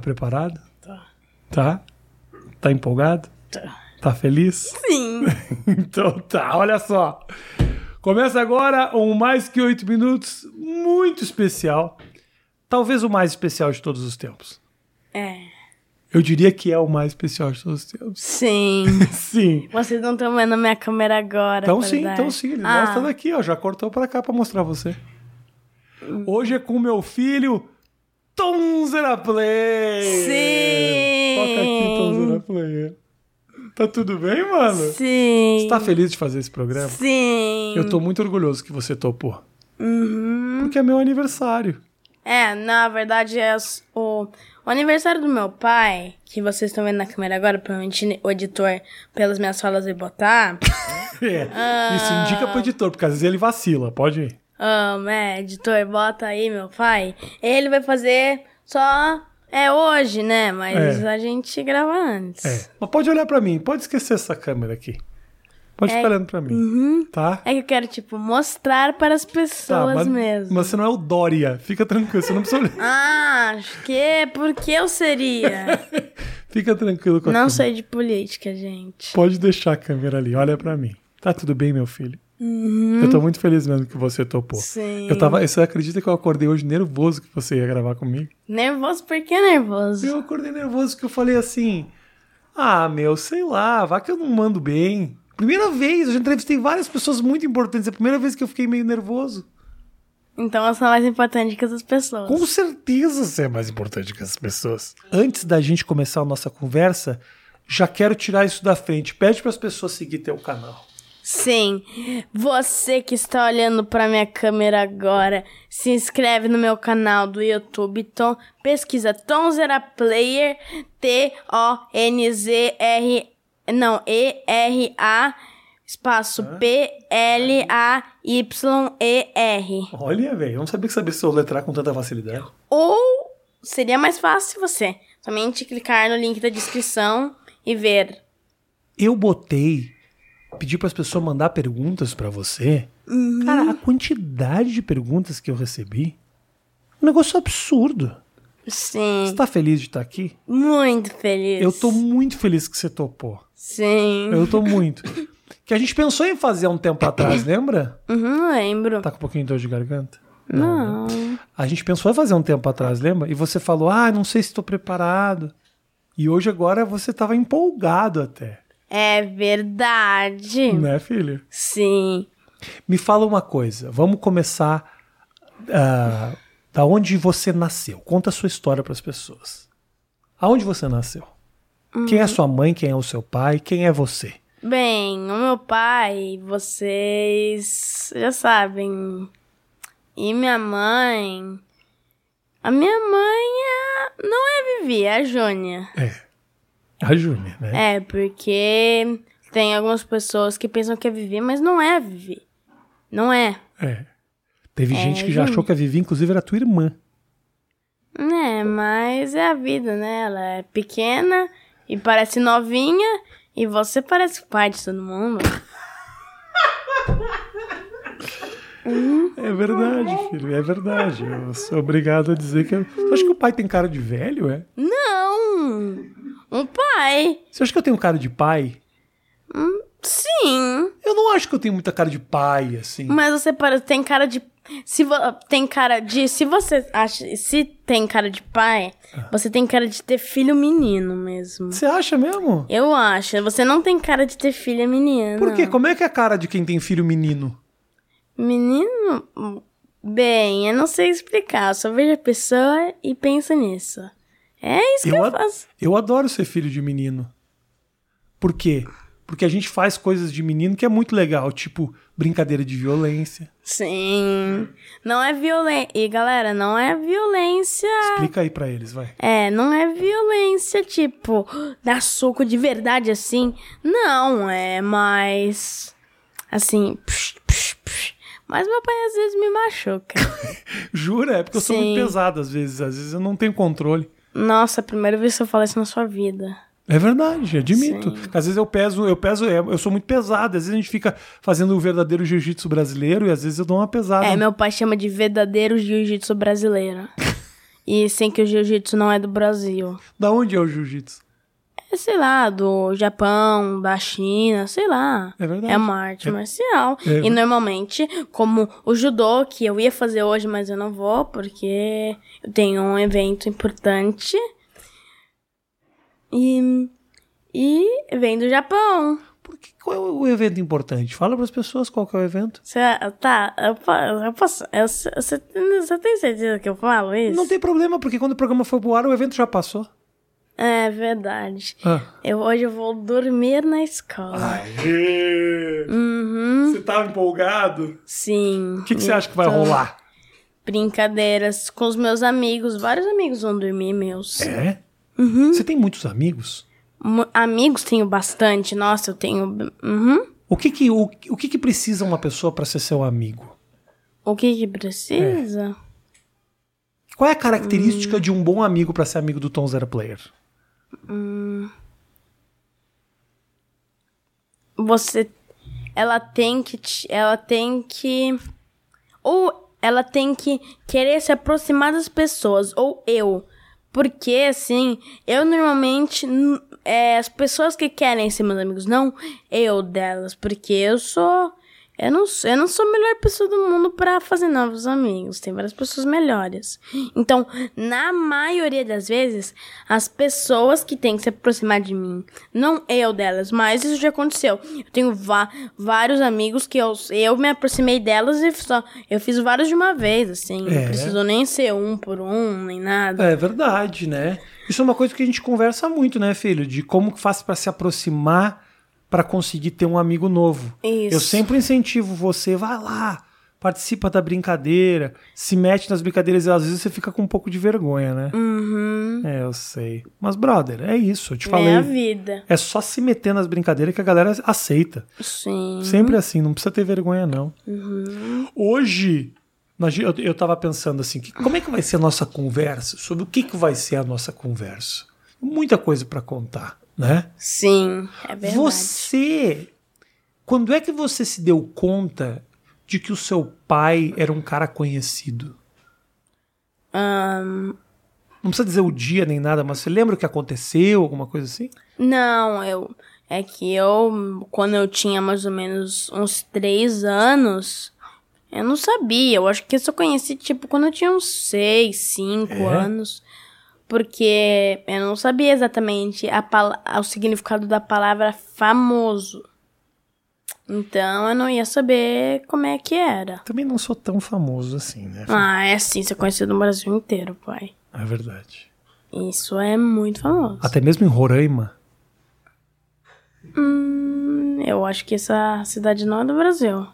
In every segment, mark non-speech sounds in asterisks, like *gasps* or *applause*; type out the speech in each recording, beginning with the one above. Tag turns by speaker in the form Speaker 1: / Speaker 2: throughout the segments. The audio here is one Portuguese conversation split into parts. Speaker 1: preparado? Tá. Tá empolgado?
Speaker 2: Tá.
Speaker 1: Tá feliz? *laughs*
Speaker 2: Sim.
Speaker 1: Então tá, olha só. Começa agora um Mais Que Oito Minutos muito especial. Talvez o mais especial de todos os tempos.
Speaker 2: É.
Speaker 1: Eu diria que é o mais especial de todos os tempos. *laughs*
Speaker 2: Sim.
Speaker 1: Sim.
Speaker 2: Vocês não estão vendo a minha câmera agora.
Speaker 1: Então sim,
Speaker 2: qualidade.
Speaker 1: então sim. Ele
Speaker 2: Ah,
Speaker 1: gosta daqui, ó. Já cortou pra cá pra mostrar você. Hoje é com meu filho, Tonzera Play.
Speaker 2: Sim.
Speaker 1: Toca aqui, Tonzera Play. Tá tudo bem, mano?
Speaker 2: Sim.
Speaker 1: Você tá feliz de fazer esse programa?
Speaker 2: Sim. Uhum.
Speaker 1: Eu tô muito orgulhoso que você topou. Porque é meu aniversário. *laughs*
Speaker 2: É, na verdade é os- o, o aniversário do meu pai, que vocês estão vendo na câmera agora, provavelmente o editor, pelas minhas falas,
Speaker 1: *laughs*
Speaker 2: vai botar.
Speaker 1: É.
Speaker 2: Ah.
Speaker 1: Isso indica pro editor, porque às vezes ele vacila. Pode ir.
Speaker 2: Ahn, é, editor, bota aí, meu pai. Ele vai fazer só. É hoje, né? Mas
Speaker 1: É.
Speaker 2: a gente grava antes.
Speaker 1: É. Mas pode olhar pra mim. Pode esquecer essa câmera aqui. Pode ficar olhando pra mim. Tá?
Speaker 2: É que eu quero, tipo, mostrar para as
Speaker 1: Tá,
Speaker 2: pessoas
Speaker 1: mas,
Speaker 2: mesmo.
Speaker 1: mas você não é o Dória. Fica tranquilo, você não precisa olhar. *laughs*
Speaker 2: Ah, acho que porque
Speaker 1: *laughs*
Speaker 2: eu seria.
Speaker 1: Fica tranquilo com a
Speaker 2: Não
Speaker 1: câmera.
Speaker 2: sei de política, gente.
Speaker 1: Pode deixar a câmera ali, olha pra mim. Tá tudo bem, meu filho? Eu tô muito feliz mesmo que você topou.
Speaker 2: Uhum. Sim.
Speaker 1: Eu tava. Você acredita que eu acordei hoje nervoso que você ia gravar comigo?
Speaker 2: Nervoso porque é nervoso.
Speaker 1: Eu acordei nervoso que eu falei assim: Ah, meu, sei lá, vai que eu não mando bem. Primeira vez, eu já entrevistei várias pessoas muito importantes. É a primeira vez que eu fiquei meio nervoso.
Speaker 2: Então eu sou mais importante que essas pessoas.
Speaker 1: Com certeza você é mais importante que as pessoas. Antes da gente começar a nossa conversa, já quero tirar isso da frente. Pede para as pessoas seguir teu canal.
Speaker 2: Sim. Você que está olhando para minha câmera agora, se inscreve no meu canal do YouTube, Tom, pesquisa Tonzera Player, T O N Z R não, E R A espaço P L A Y E R.
Speaker 1: Olha, velho, eu não sabia que sabia se eu letrar com tanta facilidade.
Speaker 2: Ou seria mais fácil você somente clicar no link da descrição e ver.
Speaker 1: Eu botei, pedi para as pessoas mandar perguntas para você. Cara, a quantidade de perguntas que eu recebi, um negócio absurdo. Você
Speaker 2: Sim.
Speaker 1: tá feliz de estar aqui?
Speaker 2: Muito feliz.
Speaker 1: Eu tô muito feliz que você topou.
Speaker 2: Sim.
Speaker 1: Eu tô muito. Que a gente pensou em fazer há um tempo atrás, lembra?
Speaker 2: Uhum, lembro.
Speaker 1: Tá com um pouquinho de dor de garganta? né?
Speaker 2: Não.
Speaker 1: A gente pensou em fazer um tempo atrás, lembra? E você falou, ah, não sei se estou preparado. E hoje agora você tava empolgado até,
Speaker 2: É verdade.
Speaker 1: né, filho?
Speaker 2: Sim.
Speaker 1: Me fala uma coisa, vamos começar ah, da onde você nasceu. Conta a sua história para as pessoas. Aonde você nasceu? Quem é sua mãe? Quem é o seu pai? Quem é você?
Speaker 2: Bem, o meu pai, vocês já sabem. E minha mãe. A minha mãe é... não é a Vivi, é a Jônia.
Speaker 1: A Júlia, né?
Speaker 2: É, porque tem algumas pessoas que pensam que é Vivi, mas não é a Vivi. Não é.
Speaker 1: É. Teve gente que já achou que a Vivi, inclusive, era tua irmã.
Speaker 2: É, mas é a vida, né? Ela é pequena e parece novinha e você parece o pai de todo mundo.
Speaker 1: É
Speaker 2: Uhum.
Speaker 1: verdade, filho, é verdade. Eu sou obrigado a dizer que. Você acha que o pai tem cara de velho, é?
Speaker 2: Não! Um pai?
Speaker 1: Você acha que eu tenho cara de pai?
Speaker 2: Sim.
Speaker 1: Eu não acho que eu tenho muita cara de pai, assim.
Speaker 2: Mas você para, tem cara de. Se vo, tem cara de. Se você acha. Se tem cara de pai, você tem cara de ter filho menino mesmo.
Speaker 1: Você acha mesmo?
Speaker 2: Eu acho. Você não tem cara de ter filha menina.
Speaker 1: Por quê? Como é que é a cara de quem tem filho menino?
Speaker 2: Menino. Bem, eu não sei explicar. Eu só vejo a pessoa e penso nisso. É isso que eu,
Speaker 1: ad-
Speaker 2: faço.
Speaker 1: eu adoro ser filho de menino. Por quê? Porque a gente faz coisas de menino que é muito legal, tipo brincadeira de violência.
Speaker 2: Sim. Não é violência. E galera, não é violência.
Speaker 1: Explica aí pra eles, vai.
Speaker 2: É, não é violência, tipo, dar soco de verdade assim. Não, é mais. Assim. psh, psh, psh. Mas meu pai às vezes me machuca. *laughs*
Speaker 1: Jura? É porque eu sou muito
Speaker 2: Sim.
Speaker 1: pesado às vezes. Às vezes eu não tenho controle.
Speaker 2: Nossa, a primeira vez que eu falo isso na sua vida.
Speaker 1: É verdade, admito. Às vezes eu peso, eu peso, é, eu sou muito pesado. Às vezes a gente fica fazendo o verdadeiro jiu-jitsu Ah, brasileiro e às vezes eu dou uma pesada.
Speaker 2: É, meu pai chama de verdadeiro jiu-jitsu brasileiro. E sem que o jiu-jitsu não é do Brasil.
Speaker 1: Da onde é o jiu-jitsu?
Speaker 2: É, sei lá, do Japão, da China, sei lá.
Speaker 1: É verdade.
Speaker 2: É uma arte marcial.
Speaker 1: É ver-
Speaker 2: E normalmente, como o judô, que eu ia fazer hoje, mas eu não vou, porque eu tenho um evento importante. E, e vem do Japão.
Speaker 1: Porque qual é o evento importante? Fala pras pessoas qual que é o evento.
Speaker 2: Cê, tá, eu, po- eu posso. Você tem certeza que eu falo isso?
Speaker 1: Não tem problema, porque quando o programa foi pro ar, o evento já passou.
Speaker 2: É verdade.
Speaker 1: Ah.
Speaker 2: Eu, hoje eu vou dormir na escola. Uhum,
Speaker 1: Você tá empolgado?
Speaker 2: sim.
Speaker 1: O que, que você acha que vai
Speaker 2: Então,
Speaker 1: rolar?
Speaker 2: Brincadeiras com os meus amigos. Vários amigos vão dormir, meus.
Speaker 1: É?
Speaker 2: Uhum.
Speaker 1: Você tem muitos amigos?
Speaker 2: Mu- Amigos tenho bastante. Nossa, eu tenho. Uhum.
Speaker 1: O que que, o, o que que precisa uma pessoa pra ser seu amigo?
Speaker 2: O que que precisa?
Speaker 1: Qual é a
Speaker 2: Hum.
Speaker 1: característica de um bom amigo pra ser amigo do Tom Zero Player?
Speaker 2: Você. Ela tem que. te- Ela tem que. Ou ela tem que querer se aproximar das pessoas. Ou eu. Porque, assim, eu normalmente. n- é, as pessoas que querem ser meus amigos, não eu delas. Porque eu sou. Eu não, sou- eu não sou a melhor pessoa do mundo pra fazer novos amigos. Tem várias pessoas melhores. Então, na maioria das vezes, as pessoas que têm que se aproximar de mim, não eu delas, mas isso já aconteceu. Eu tenho va- vários amigos que eu, eu me aproximei delas e só eu fiz vários de uma vez, assim.
Speaker 1: É.
Speaker 2: Não precisou nem ser um por um, nem nada.
Speaker 1: É verdade, né? Isso é uma coisa que a gente conversa muito, né, filho? De como que faz pra se aproximar pra conseguir ter um amigo novo.
Speaker 2: Isso.
Speaker 1: Eu sempre incentivo você, vai lá, participa da brincadeira, se mete nas brincadeiras e às vezes você fica com um pouco de vergonha, né?
Speaker 2: Uhum.
Speaker 1: É, eu sei. Mas, brother, é isso, eu te
Speaker 2: É a
Speaker 1: falei.
Speaker 2: vida.
Speaker 1: É só se meter nas brincadeiras que a galera aceita.
Speaker 2: Sim.
Speaker 1: Sempre assim, não precisa ter vergonha, não.
Speaker 2: Uhum.
Speaker 1: Hoje, imagina, eu, eu tava pensando assim, que- como é que vai ser a nossa conversa? Sobre o que, que vai ser a nossa conversa? Muita coisa pra contar, né?
Speaker 2: Sim. É verdade.
Speaker 1: Você, quando é que você se deu conta de que o seu pai era um cara conhecido?
Speaker 2: Ahn,
Speaker 1: Não precisa dizer o dia nem nada, mas você lembra o que aconteceu, alguma coisa assim?
Speaker 2: Não, eu. É que eu, quando eu tinha mais ou menos uns três anos, eu não sabia. Eu acho que eu só conheci, tipo, quando eu tinha uns seis, cinco
Speaker 1: É?
Speaker 2: anos. Porque eu não sabia exatamente a pala- o significado da palavra famoso. Então eu não ia saber como é que era.
Speaker 1: Também não sou tão famoso assim, né?
Speaker 2: Ah, é sim, você é conhecido no Brasil inteiro, pai.
Speaker 1: É verdade.
Speaker 2: Isso é muito famoso.
Speaker 1: Até mesmo em Roraima.
Speaker 2: Hum, eu acho que essa cidade não é do Brasil.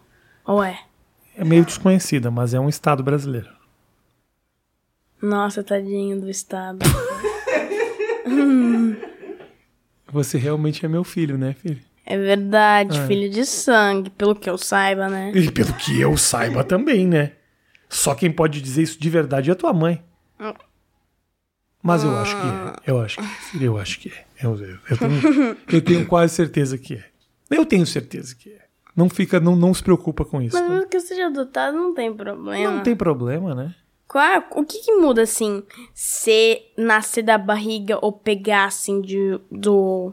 Speaker 2: Ou é?
Speaker 1: É meio desconhecida, mas é um estado brasileiro.
Speaker 2: Nossa, tadinho do estado.
Speaker 1: Você realmente é meu filho, né, filho?
Speaker 2: É verdade,
Speaker 1: É.
Speaker 2: filho de sangue, pelo que eu saiba, né?
Speaker 1: E pelo que eu saiba também, né? Só quem pode dizer isso de verdade é a tua mãe. Mas eu acho que é. Eu acho que é. filho, Eu acho que é. Eu, eu- eu tenho, eu tenho quase certeza que é. Eu tenho certeza que é. Não fica, não, não se preocupa com isso.
Speaker 2: Mas
Speaker 1: Não,
Speaker 2: mesmo que eu seja adotado, não tem problema.
Speaker 1: não tem problema, né?
Speaker 2: Qual, é, o que, que muda, assim, se nascer da barriga ou pegar, assim, de, do,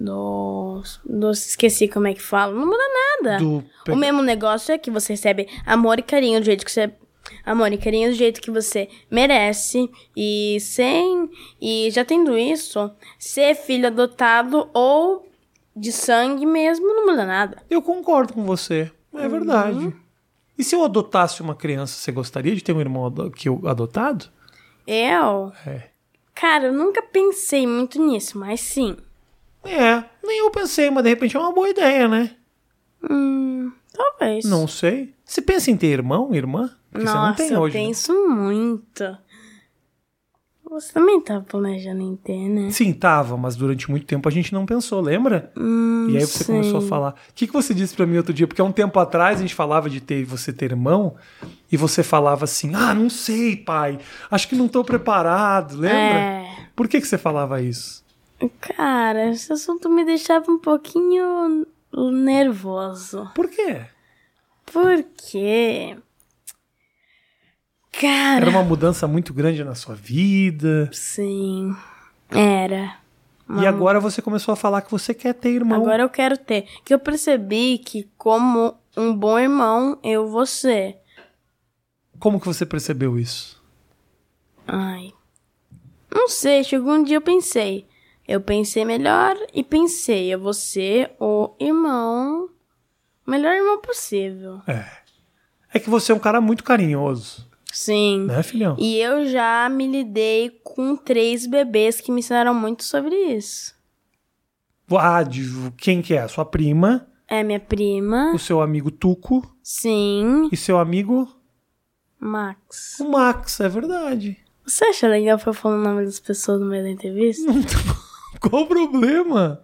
Speaker 2: do, do... Esqueci como é que fala. Não muda nada.
Speaker 1: Do pe-
Speaker 2: O mesmo negócio é que você recebe amor e carinho do jeito que você... Amor e carinho do jeito que você merece. E sem... E já tendo isso, ser filho adotado ou de sangue mesmo não muda nada.
Speaker 1: Eu concordo com você. É verdade. E se eu adotasse uma criança, você gostaria de ter um irmão ado- que eu, adotado?
Speaker 2: Eu...
Speaker 1: É.
Speaker 2: Cara, eu nunca pensei muito nisso, mas sim.
Speaker 1: É, nem eu pensei, mas de repente é uma boa ideia, né?
Speaker 2: Hum, talvez.
Speaker 1: Não sei. Você pensa em ter irmão, irmã? Porque você não
Speaker 2: Nossa,
Speaker 1: tem hoje.
Speaker 2: eu
Speaker 1: né?
Speaker 2: penso muito. Você também tá planejando em ter, né?
Speaker 1: Sim, tava, mas durante muito tempo a gente não pensou, lembra?
Speaker 2: Hum,
Speaker 1: e aí você
Speaker 2: sim.
Speaker 1: começou a falar. O que, que você disse pra mim outro dia? Porque há um tempo atrás a gente falava de ter você ter irmão, e você falava assim: ah, não sei, pai, acho que não tô preparado, lembra?
Speaker 2: É.
Speaker 1: Por que, que você falava isso?
Speaker 2: Cara, esse assunto me deixava um pouquinho nervoso.
Speaker 1: Por quê?
Speaker 2: Por quê? Cara.
Speaker 1: Era uma mudança muito grande na sua vida.
Speaker 2: Sim. Era.
Speaker 1: E agora você começou a falar que você quer ter irmão.
Speaker 2: Agora eu quero ter. Que eu percebi que, como um bom irmão, eu vou ser.
Speaker 1: Como que você percebeu isso?
Speaker 2: Ai. Não sei, chegou um dia eu pensei. Eu pensei melhor e pensei, eu vou ser o irmão. o Melhor irmão possível.
Speaker 1: É. É que você é um cara muito carinhoso,
Speaker 2: Sim.
Speaker 1: né, filhão?
Speaker 2: E eu já me lidei com três bebês que me ensinaram muito sobre isso.
Speaker 1: Ah, de quem que é? Sua prima,
Speaker 2: É minha prima.
Speaker 1: o seu amigo Tuco
Speaker 2: Sim.
Speaker 1: e seu amigo
Speaker 2: Max.
Speaker 1: o Max, é verdade. *laughs*
Speaker 2: Você acha legal que eu falo o nome das pessoas no meio da entrevista?
Speaker 1: Qual o problema?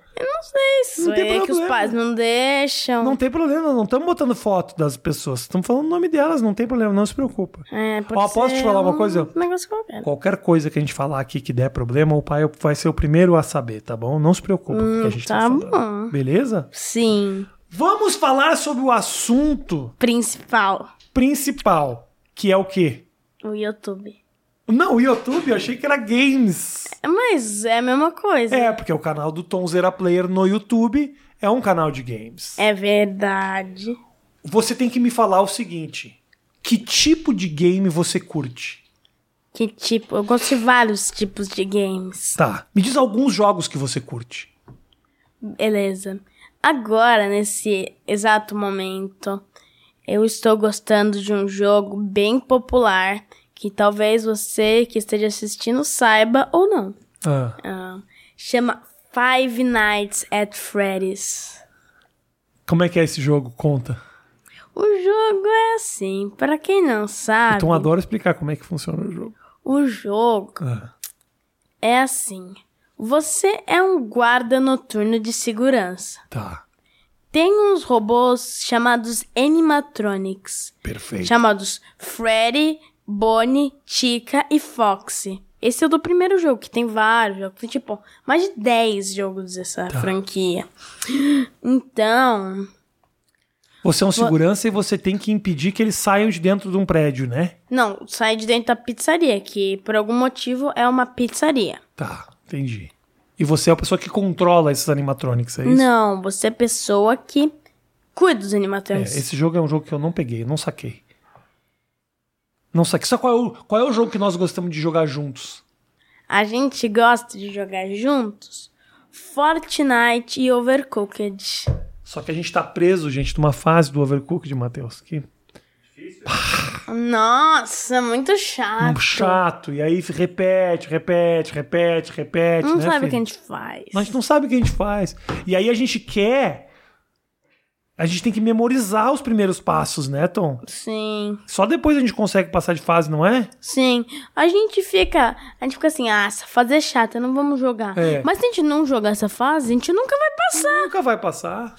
Speaker 2: Isso
Speaker 1: não tem
Speaker 2: é que os
Speaker 1: problema.
Speaker 2: pais não deixam.
Speaker 1: Não tem problema, não estamos botando foto das pessoas, estamos falando o nome delas, não tem problema, não se preocupa.
Speaker 2: É, pode
Speaker 1: Ó, posso te
Speaker 2: ser
Speaker 1: falar uma
Speaker 2: um
Speaker 1: coisa?
Speaker 2: negócio qualquer.
Speaker 1: Qualquer coisa que a gente falar aqui que der problema, o pai vai ser o primeiro a saber, tá bom? Não se preocupa com o que a gente tá,
Speaker 2: tá
Speaker 1: falando.
Speaker 2: bom.
Speaker 1: Beleza?
Speaker 2: Sim.
Speaker 1: Vamos falar sobre o assunto
Speaker 2: Principal.
Speaker 1: principal, que é o quê?
Speaker 2: O YouTube.
Speaker 1: Não, o YouTube, eu achei que era games.
Speaker 2: Mas é a mesma coisa.
Speaker 1: É, porque o canal do Tom Zera Player no YouTube é um canal de games.
Speaker 2: É verdade.
Speaker 1: Você tem que me falar o seguinte: que tipo de game você curte?
Speaker 2: Que tipo? Eu gosto de vários tipos de games.
Speaker 1: Tá. Me diz alguns jogos que você curte.
Speaker 2: Beleza. Agora, nesse exato momento, eu estou gostando de um jogo bem popular que talvez você que esteja assistindo saiba ou não.
Speaker 1: Ah.
Speaker 2: Ah, chama Five Nights at Freddy's.
Speaker 1: Como é que é esse jogo? Conta.
Speaker 2: O jogo é assim, pra quem não sabe,
Speaker 1: Então adoro explicar como é que funciona o jogo.
Speaker 2: o jogo
Speaker 1: Ah.
Speaker 2: é assim. Você é um guarda noturno de segurança.
Speaker 1: Tá.
Speaker 2: Tem uns robôs chamados animatronics,
Speaker 1: Perfeito.
Speaker 2: chamados Freddy, Bonnie, Chica e Foxy. Esse é o do primeiro jogo, que tem vários jogos, tem tipo mais de 10 jogos dessa
Speaker 1: Tá.
Speaker 2: franquia. Então,
Speaker 1: Você é um segurança e você tem que impedir que eles saiam de dentro de um prédio, né?
Speaker 2: Não, sai de dentro da pizzaria, que por algum motivo é uma pizzaria.
Speaker 1: Tá, entendi. E você é a pessoa que controla esses animatronics, é isso?
Speaker 2: Não, você é pessoa que cuida dos
Speaker 1: É,
Speaker 2: animatrônicos.
Speaker 1: esse jogo é um jogo que eu não peguei, não saquei. Não saquei. Só qual é o, qual é o jogo que nós gostamos de jogar juntos?
Speaker 2: A gente gosta de jogar juntos Fortnite e Overcooked.
Speaker 1: Só que a gente tá preso, gente, numa fase do Overcooked, Matheus. Que
Speaker 2: Nossa, muito chato.
Speaker 1: um chato. E aí repete, repete, repete, repete.
Speaker 2: Não
Speaker 1: né,
Speaker 2: sabe o
Speaker 1: filho?
Speaker 2: que a gente faz.
Speaker 1: A gente não sabe o que a gente faz. E aí a gente quer. A gente tem que memorizar os primeiros passos, né, Tom?
Speaker 2: Sim,
Speaker 1: Só depois a gente consegue passar de fase, não é?
Speaker 2: sim. A gente fica. A gente fica assim, ah, essa fase é chata, não vamos jogar.
Speaker 1: É.
Speaker 2: Mas se a gente não jogar essa fase, a gente nunca vai passar.
Speaker 1: Nunca vai passar.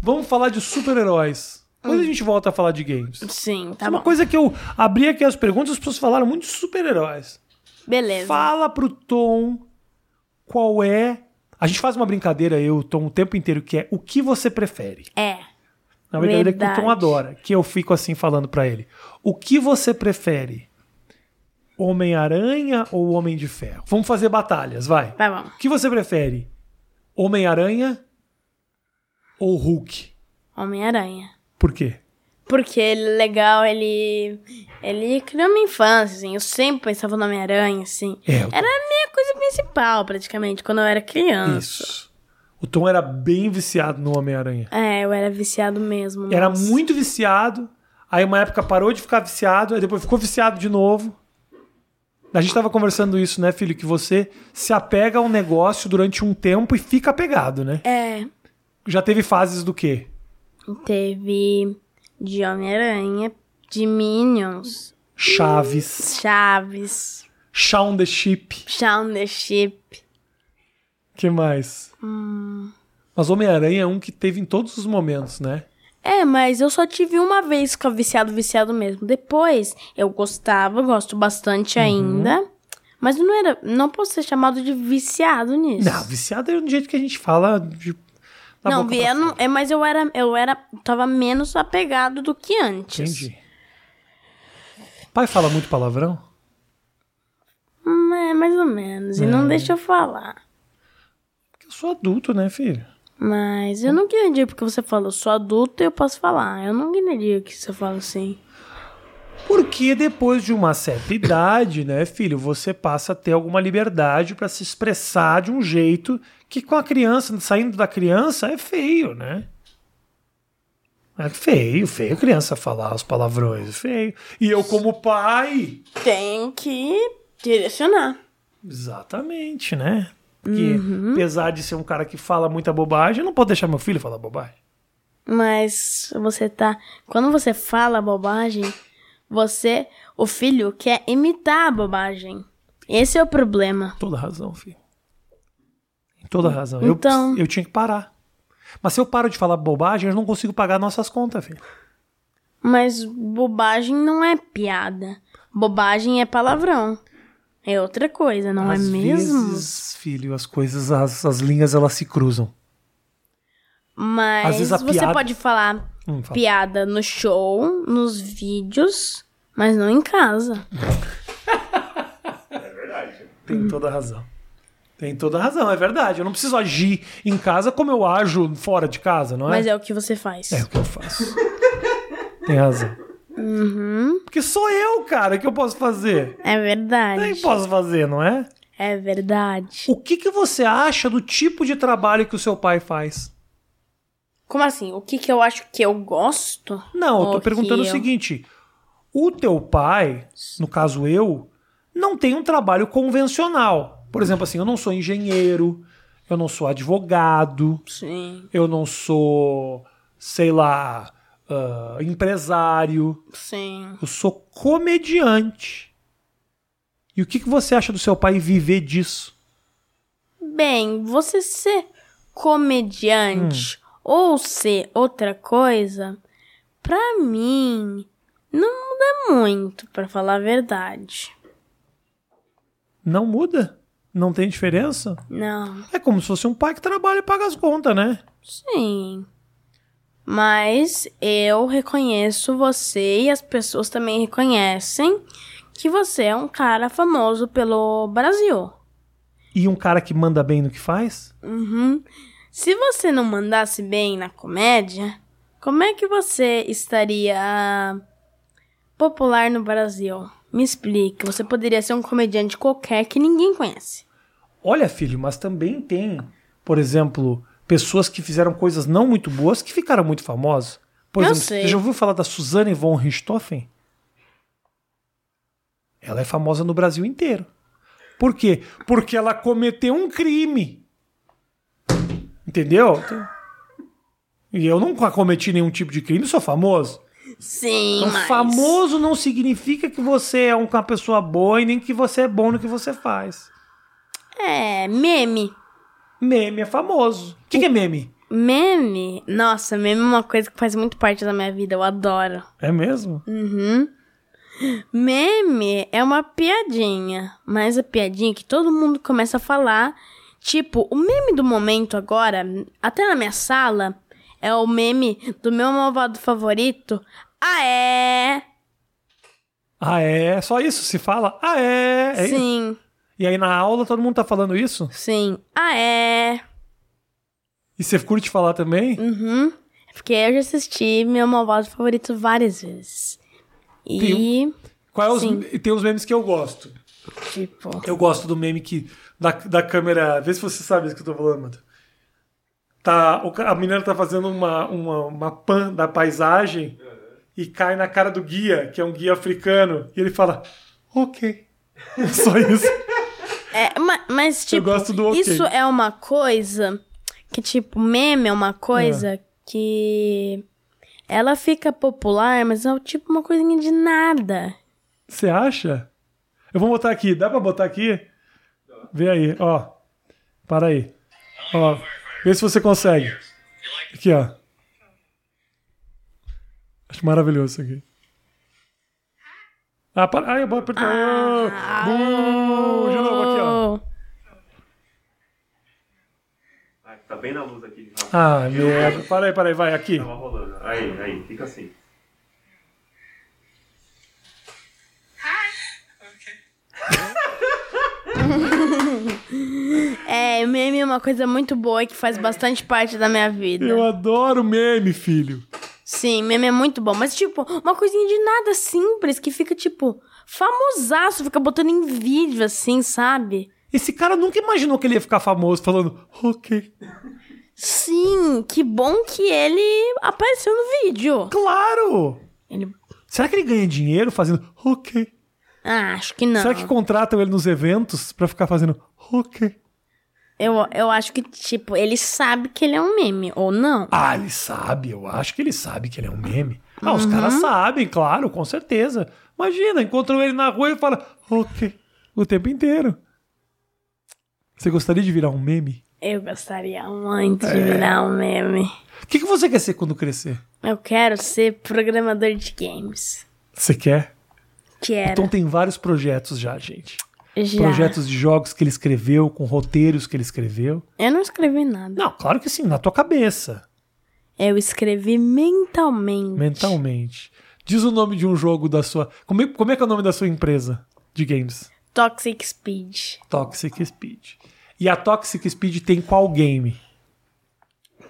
Speaker 1: Vamos falar de super-heróis. Depois a
Speaker 2: Hum.
Speaker 1: gente volta a falar de games.
Speaker 2: Sim, tá
Speaker 1: é uma
Speaker 2: bom.
Speaker 1: coisa que eu abri aqui as perguntas, as pessoas falaram muito de super-heróis.
Speaker 2: Beleza.
Speaker 1: Fala pro Tom qual é. A gente faz uma brincadeira, eu, e o Tom, o tempo inteiro, que é o que você prefere.
Speaker 2: É.
Speaker 1: Na brincadeira que o Tom
Speaker 2: Verdade.
Speaker 1: adora, que eu fico assim falando pra ele. O que você prefere? Homem-Aranha ou Homem de Ferro? Vamos fazer batalhas, vai.
Speaker 2: Vai, vamos.
Speaker 1: O que você prefere? Homem-Aranha ou Hulk?
Speaker 2: Homem-Aranha.
Speaker 1: Por quê?
Speaker 2: Porque ele é legal, ele. Ele criou minha infância, assim. Eu sempre pensava no Homem-Aranha, assim.
Speaker 1: É, eu-
Speaker 2: Era a minha coisa principal, praticamente, quando eu era criança.
Speaker 1: Isso. O Tom era bem viciado no Homem-Aranha.
Speaker 2: É, eu era viciado mesmo.
Speaker 1: Era
Speaker 2: nossa.
Speaker 1: muito viciado. Aí uma época parou de ficar viciado, aí depois ficou viciado de novo. A gente tava conversando isso, né, filho? Que você se apega a um negócio durante um tempo e fica apegado, né?
Speaker 2: É.
Speaker 1: Já teve fases do quê?
Speaker 2: Teve. De Homem-Aranha, de Minions,
Speaker 1: Chaves,
Speaker 2: Chaves,
Speaker 1: Shaun the Sheep,
Speaker 2: Shaun the Sheep.
Speaker 1: que mais?
Speaker 2: Hum.
Speaker 1: Mas Homem-Aranha é um que teve em todos os momentos, né?
Speaker 2: É, mas eu só tive uma vez que eu viciado, viciado mesmo. Depois, eu gostava, gosto bastante ainda. Mas não era. Não posso ser chamado de viciado nisso.
Speaker 1: Não, tá viciado é um jeito que a gente fala de. da
Speaker 2: Não,
Speaker 1: boca
Speaker 2: vi- eu
Speaker 1: pra
Speaker 2: não- é, mas eu era, eu era, tava menos apegado do que antes.
Speaker 1: Entendi. Pai fala muito palavrão?
Speaker 2: Hum, É, mais ou menos. E não deixa eu falar.
Speaker 1: Porque eu sou adulto, né, filho?
Speaker 2: Mas eu não entendi porque você falou, sou adulto e eu posso falar. Eu não entendi que você fala assim.
Speaker 1: Porque depois de uma certa idade, né, filho, você passa a ter alguma liberdade pra se expressar de um jeito que com a criança, saindo da criança, é feio, né? É feio, feio criança falar os palavrões, é feio. E eu como pai,
Speaker 2: Tem que direcionar.
Speaker 1: exatamente, né? Porque apesar de ser um cara que fala muita bobagem, eu não posso deixar meu filho falar bobagem.
Speaker 2: Mas você tá. Quando você fala bobagem, você. O filho quer imitar a bobagem. Esse é o problema.
Speaker 1: Toda razão, filho. Tem Toda razão. Eu-
Speaker 2: Então.
Speaker 1: Eu, tinha que parar. Mas se eu paro de falar bobagem, eu não consigo pagar nossas contas, filho.
Speaker 2: Mas bobagem não é piada. Bobagem é palavrão. É outra coisa, não
Speaker 1: Às
Speaker 2: é mesmo?
Speaker 1: vezes, filho, as coisas, as, as linhas, elas se cruzam.
Speaker 2: Mas
Speaker 1: às vezes a
Speaker 2: você
Speaker 1: piada-
Speaker 2: pode falar
Speaker 1: Hum, fala.
Speaker 2: piada no show, nos vídeos, mas não em casa.
Speaker 1: Tem toda razão. Tem toda razão, é verdade. Eu não preciso agir em casa como eu ajo fora de casa, não é?
Speaker 2: Mas é o que você faz.
Speaker 1: É o que eu faço. Tem razão.
Speaker 2: Uhum.
Speaker 1: Porque sou eu, cara, que eu posso fazer.
Speaker 2: É
Speaker 1: Nem
Speaker 2: verdade.
Speaker 1: posso fazer, não é?
Speaker 2: É verdade.
Speaker 1: O que, que você acha do tipo de trabalho que o seu pai faz?
Speaker 2: Como assim? O que, que eu acho que eu gosto?
Speaker 1: Não, eu
Speaker 2: Ou
Speaker 1: tô
Speaker 2: que
Speaker 1: perguntando o
Speaker 2: eu-
Speaker 1: seguinte: o teu pai, no caso eu, não tem um trabalho convencional. Por exemplo, assim, eu não sou engenheiro, eu não sou advogado,
Speaker 2: Sim,
Speaker 1: eu não sou, sei lá, ah, empresário,
Speaker 2: sim.
Speaker 1: eu sou comediante. E o que, que você acha do seu pai viver disso?
Speaker 2: Bem, você ser comediante ou ser outra coisa, pra mim, não muda muito, pra falar a verdade.
Speaker 1: Não muda? Não tem diferença?
Speaker 2: Não,
Speaker 1: É como se fosse um pai que trabalha e paga as contas, né?
Speaker 2: sim. Mas eu reconheço você e as pessoas também reconhecem que você é um cara famoso pelo Brasil.
Speaker 1: E um cara que manda bem no que faz?
Speaker 2: Uhum. Se você não mandasse bem na comédia, como é que você estaria ah, popular no Brasil? Me explica. Você poderia ser um comediante qualquer que ninguém conhece.
Speaker 1: Olha, filho, mas também tem, por exemplo, pessoas que fizeram coisas não muito boas que ficaram muito famosas. Por
Speaker 2: Eu
Speaker 1: exemplo,
Speaker 2: sei.
Speaker 1: você já ouviu falar da Suzane von Richthofen? Ela é famosa no Brasil inteiro. Por quê? Porque ela cometeu um crime. Entendeu? E eu nunca cometi nenhum tipo de crime, sou famoso.
Speaker 2: Sim,
Speaker 1: Então,
Speaker 2: mas...
Speaker 1: famoso não significa que você é uma pessoa boa e nem que você é bom no que você faz.
Speaker 2: É, meme.
Speaker 1: Meme é famoso. O que, que é meme?
Speaker 2: Meme? Nossa, meme é uma coisa que faz muito parte da minha vida. Eu adoro.
Speaker 1: É mesmo?
Speaker 2: Meme é uma piadinha, mas a piadinha que todo mundo começa a falar. Tipo, o meme do momento agora, até na minha sala, é o meme do meu malvado favorito. Ah, é!
Speaker 1: Ah, é? Só isso se fala? Ah, é? É isso?
Speaker 2: Sim,
Speaker 1: E aí na aula todo mundo tá falando isso?
Speaker 2: sim. Ah, é!
Speaker 1: E você curte falar também?
Speaker 2: Uhum. Porque eu já assisti meu malvado favorito várias vezes. E,
Speaker 1: Qual é os,
Speaker 2: Sim.
Speaker 1: e tem os memes que eu gosto.
Speaker 2: tipo,
Speaker 1: Eu gosto do meme que. Da, da câmera. Vê se você sabe isso que eu tô falando, Matheus. Tá, o ca- a menina tá fazendo uma, uma, uma pan da paisagem e cai na cara do guia, que é um guia africano, e ele fala, ok. *laughs* Só isso.
Speaker 2: É, ma- mas, tipo,
Speaker 1: gosto do ok.
Speaker 2: isso é uma coisa que, tipo, meme é uma coisa
Speaker 1: Ah.
Speaker 2: que ela fica popular, mas é tipo uma coisinha de nada.
Speaker 1: Você acha? Eu vou botar aqui. Dá pra botar aqui? Vê aí, ó. Para aí. Ó. Vê se você consegue. Aqui, ó. Acho maravilhoso isso aqui. Ah, para. Ai, eu vou apertar. Ah, Bum! De novo aqui, ó.
Speaker 3: Ah, tá bem na luz aqui de novo.
Speaker 1: Ah, merda. Para aí, para aí, vai. Aqui.
Speaker 3: Tava rolando. Aí, aí, fica assim.
Speaker 2: É, uma coisa muito boa e que faz bastante parte da minha vida.
Speaker 1: Eu adoro meme, filho.
Speaker 2: Sim, meme é muito bom. Mas, tipo, uma coisinha de nada simples que fica, tipo, famosaço, fica botando em vídeo, assim, sabe?
Speaker 1: Esse cara nunca imaginou que ele ia ficar famoso falando, ok.
Speaker 2: Sim, que bom que ele apareceu no vídeo.
Speaker 1: Claro!
Speaker 2: Ele...
Speaker 1: Será que ele ganha dinheiro fazendo, ok?
Speaker 2: Ah, acho que não.
Speaker 1: Será que contratam ele nos eventos pra ficar fazendo, ok?
Speaker 2: Eu, eu acho que, tipo, ele sabe que ele é um meme, ou não?
Speaker 1: Ah, ele sabe, eu acho que ele sabe que ele é um meme. Ah, os caras sabem, claro, com certeza. Imagina, encontrou ele na rua e fala, ok, o tempo inteiro. Você gostaria de virar um meme?
Speaker 2: Eu gostaria muito de virar um meme.
Speaker 1: O que, que você quer ser quando crescer?
Speaker 2: Eu quero ser programador de games.
Speaker 1: Você quer?
Speaker 2: Quero.
Speaker 1: Então tem vários projetos já, gente.
Speaker 2: Já.
Speaker 1: Projetos de jogos que ele escreveu, com roteiros que ele escreveu.
Speaker 2: Eu não escrevi nada.
Speaker 1: Não, claro que sim, na tua cabeça,
Speaker 2: Eu escrevi mentalmente.
Speaker 1: mentalmente. Diz o nome de um jogo da sua. Como é, como é que é o nome da sua empresa de games?
Speaker 2: Toxic Speed.
Speaker 1: Toxic Speed. E a Toxic Speed tem qual game?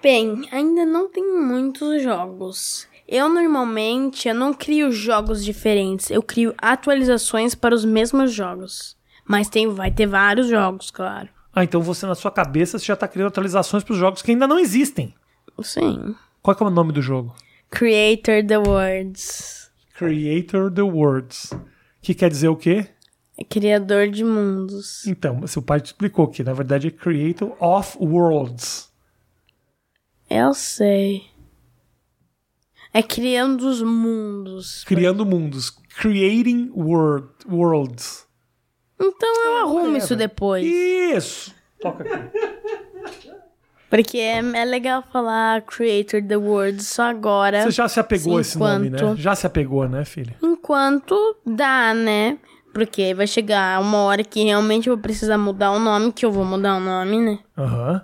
Speaker 2: Bem, ainda não tem muitos jogos. Eu normalmente eu não crio jogos diferentes, eu crio atualizações para os mesmos jogos. Mas tem, vai ter vários jogos, claro.
Speaker 1: Ah, então você na sua cabeça você já tá criando atualizações pros jogos que ainda não existem.
Speaker 2: Sim.
Speaker 1: Qual que é o nome do jogo?
Speaker 2: Creator the Words.
Speaker 1: Creator the Words. Que quer dizer o quê?
Speaker 2: É Criador de mundos.
Speaker 1: Então, seu pai te explicou que na verdade é Creator of Worlds.
Speaker 2: Eu sei. É criando os mundos.
Speaker 1: Criando mundos. Creating world, worlds.
Speaker 2: Então eu arrumo isso depois.
Speaker 1: Isso! Toca aqui.
Speaker 2: Porque é, é legal falar Creator the World só agora.
Speaker 1: Você já se apegou a esse nome, né?
Speaker 2: Enquanto-
Speaker 1: Já se apegou, né, filha?
Speaker 2: Enquanto dá, né? Porque aí vai chegar uma hora que realmente eu vou precisar mudar o nome, que eu vou mudar o nome, né?
Speaker 1: Aham.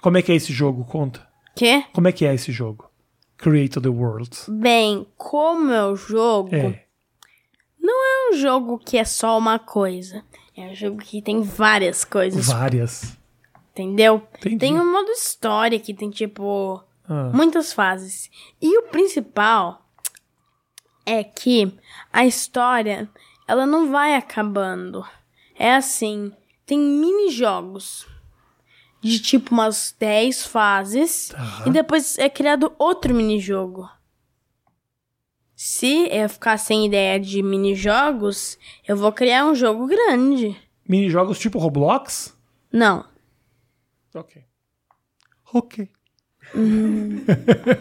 Speaker 1: Como é que é esse jogo? Conta.
Speaker 2: Quê?
Speaker 1: Como é que é esse jogo? Creator the Worlds.
Speaker 2: Bem, como é o jogo,
Speaker 1: É.
Speaker 2: não é um jogo que é só uma coisa. É um jogo que tem várias coisas,
Speaker 1: Várias.
Speaker 2: entendeu?
Speaker 1: Entendi.
Speaker 2: Tem um modo história que tem, tipo,
Speaker 1: Ah.
Speaker 2: muitas fases. E o principal é que a história, ela não vai acabando. É assim, tem mini jogos de tipo umas 10 fases
Speaker 1: Tá.
Speaker 2: e depois é criado outro mini-jogo. Se eu ficar sem ideia de mini-jogos, eu vou criar um jogo grande.
Speaker 1: Minijogos tipo Roblox?
Speaker 2: Não,
Speaker 1: Ok. Ok. *laughs*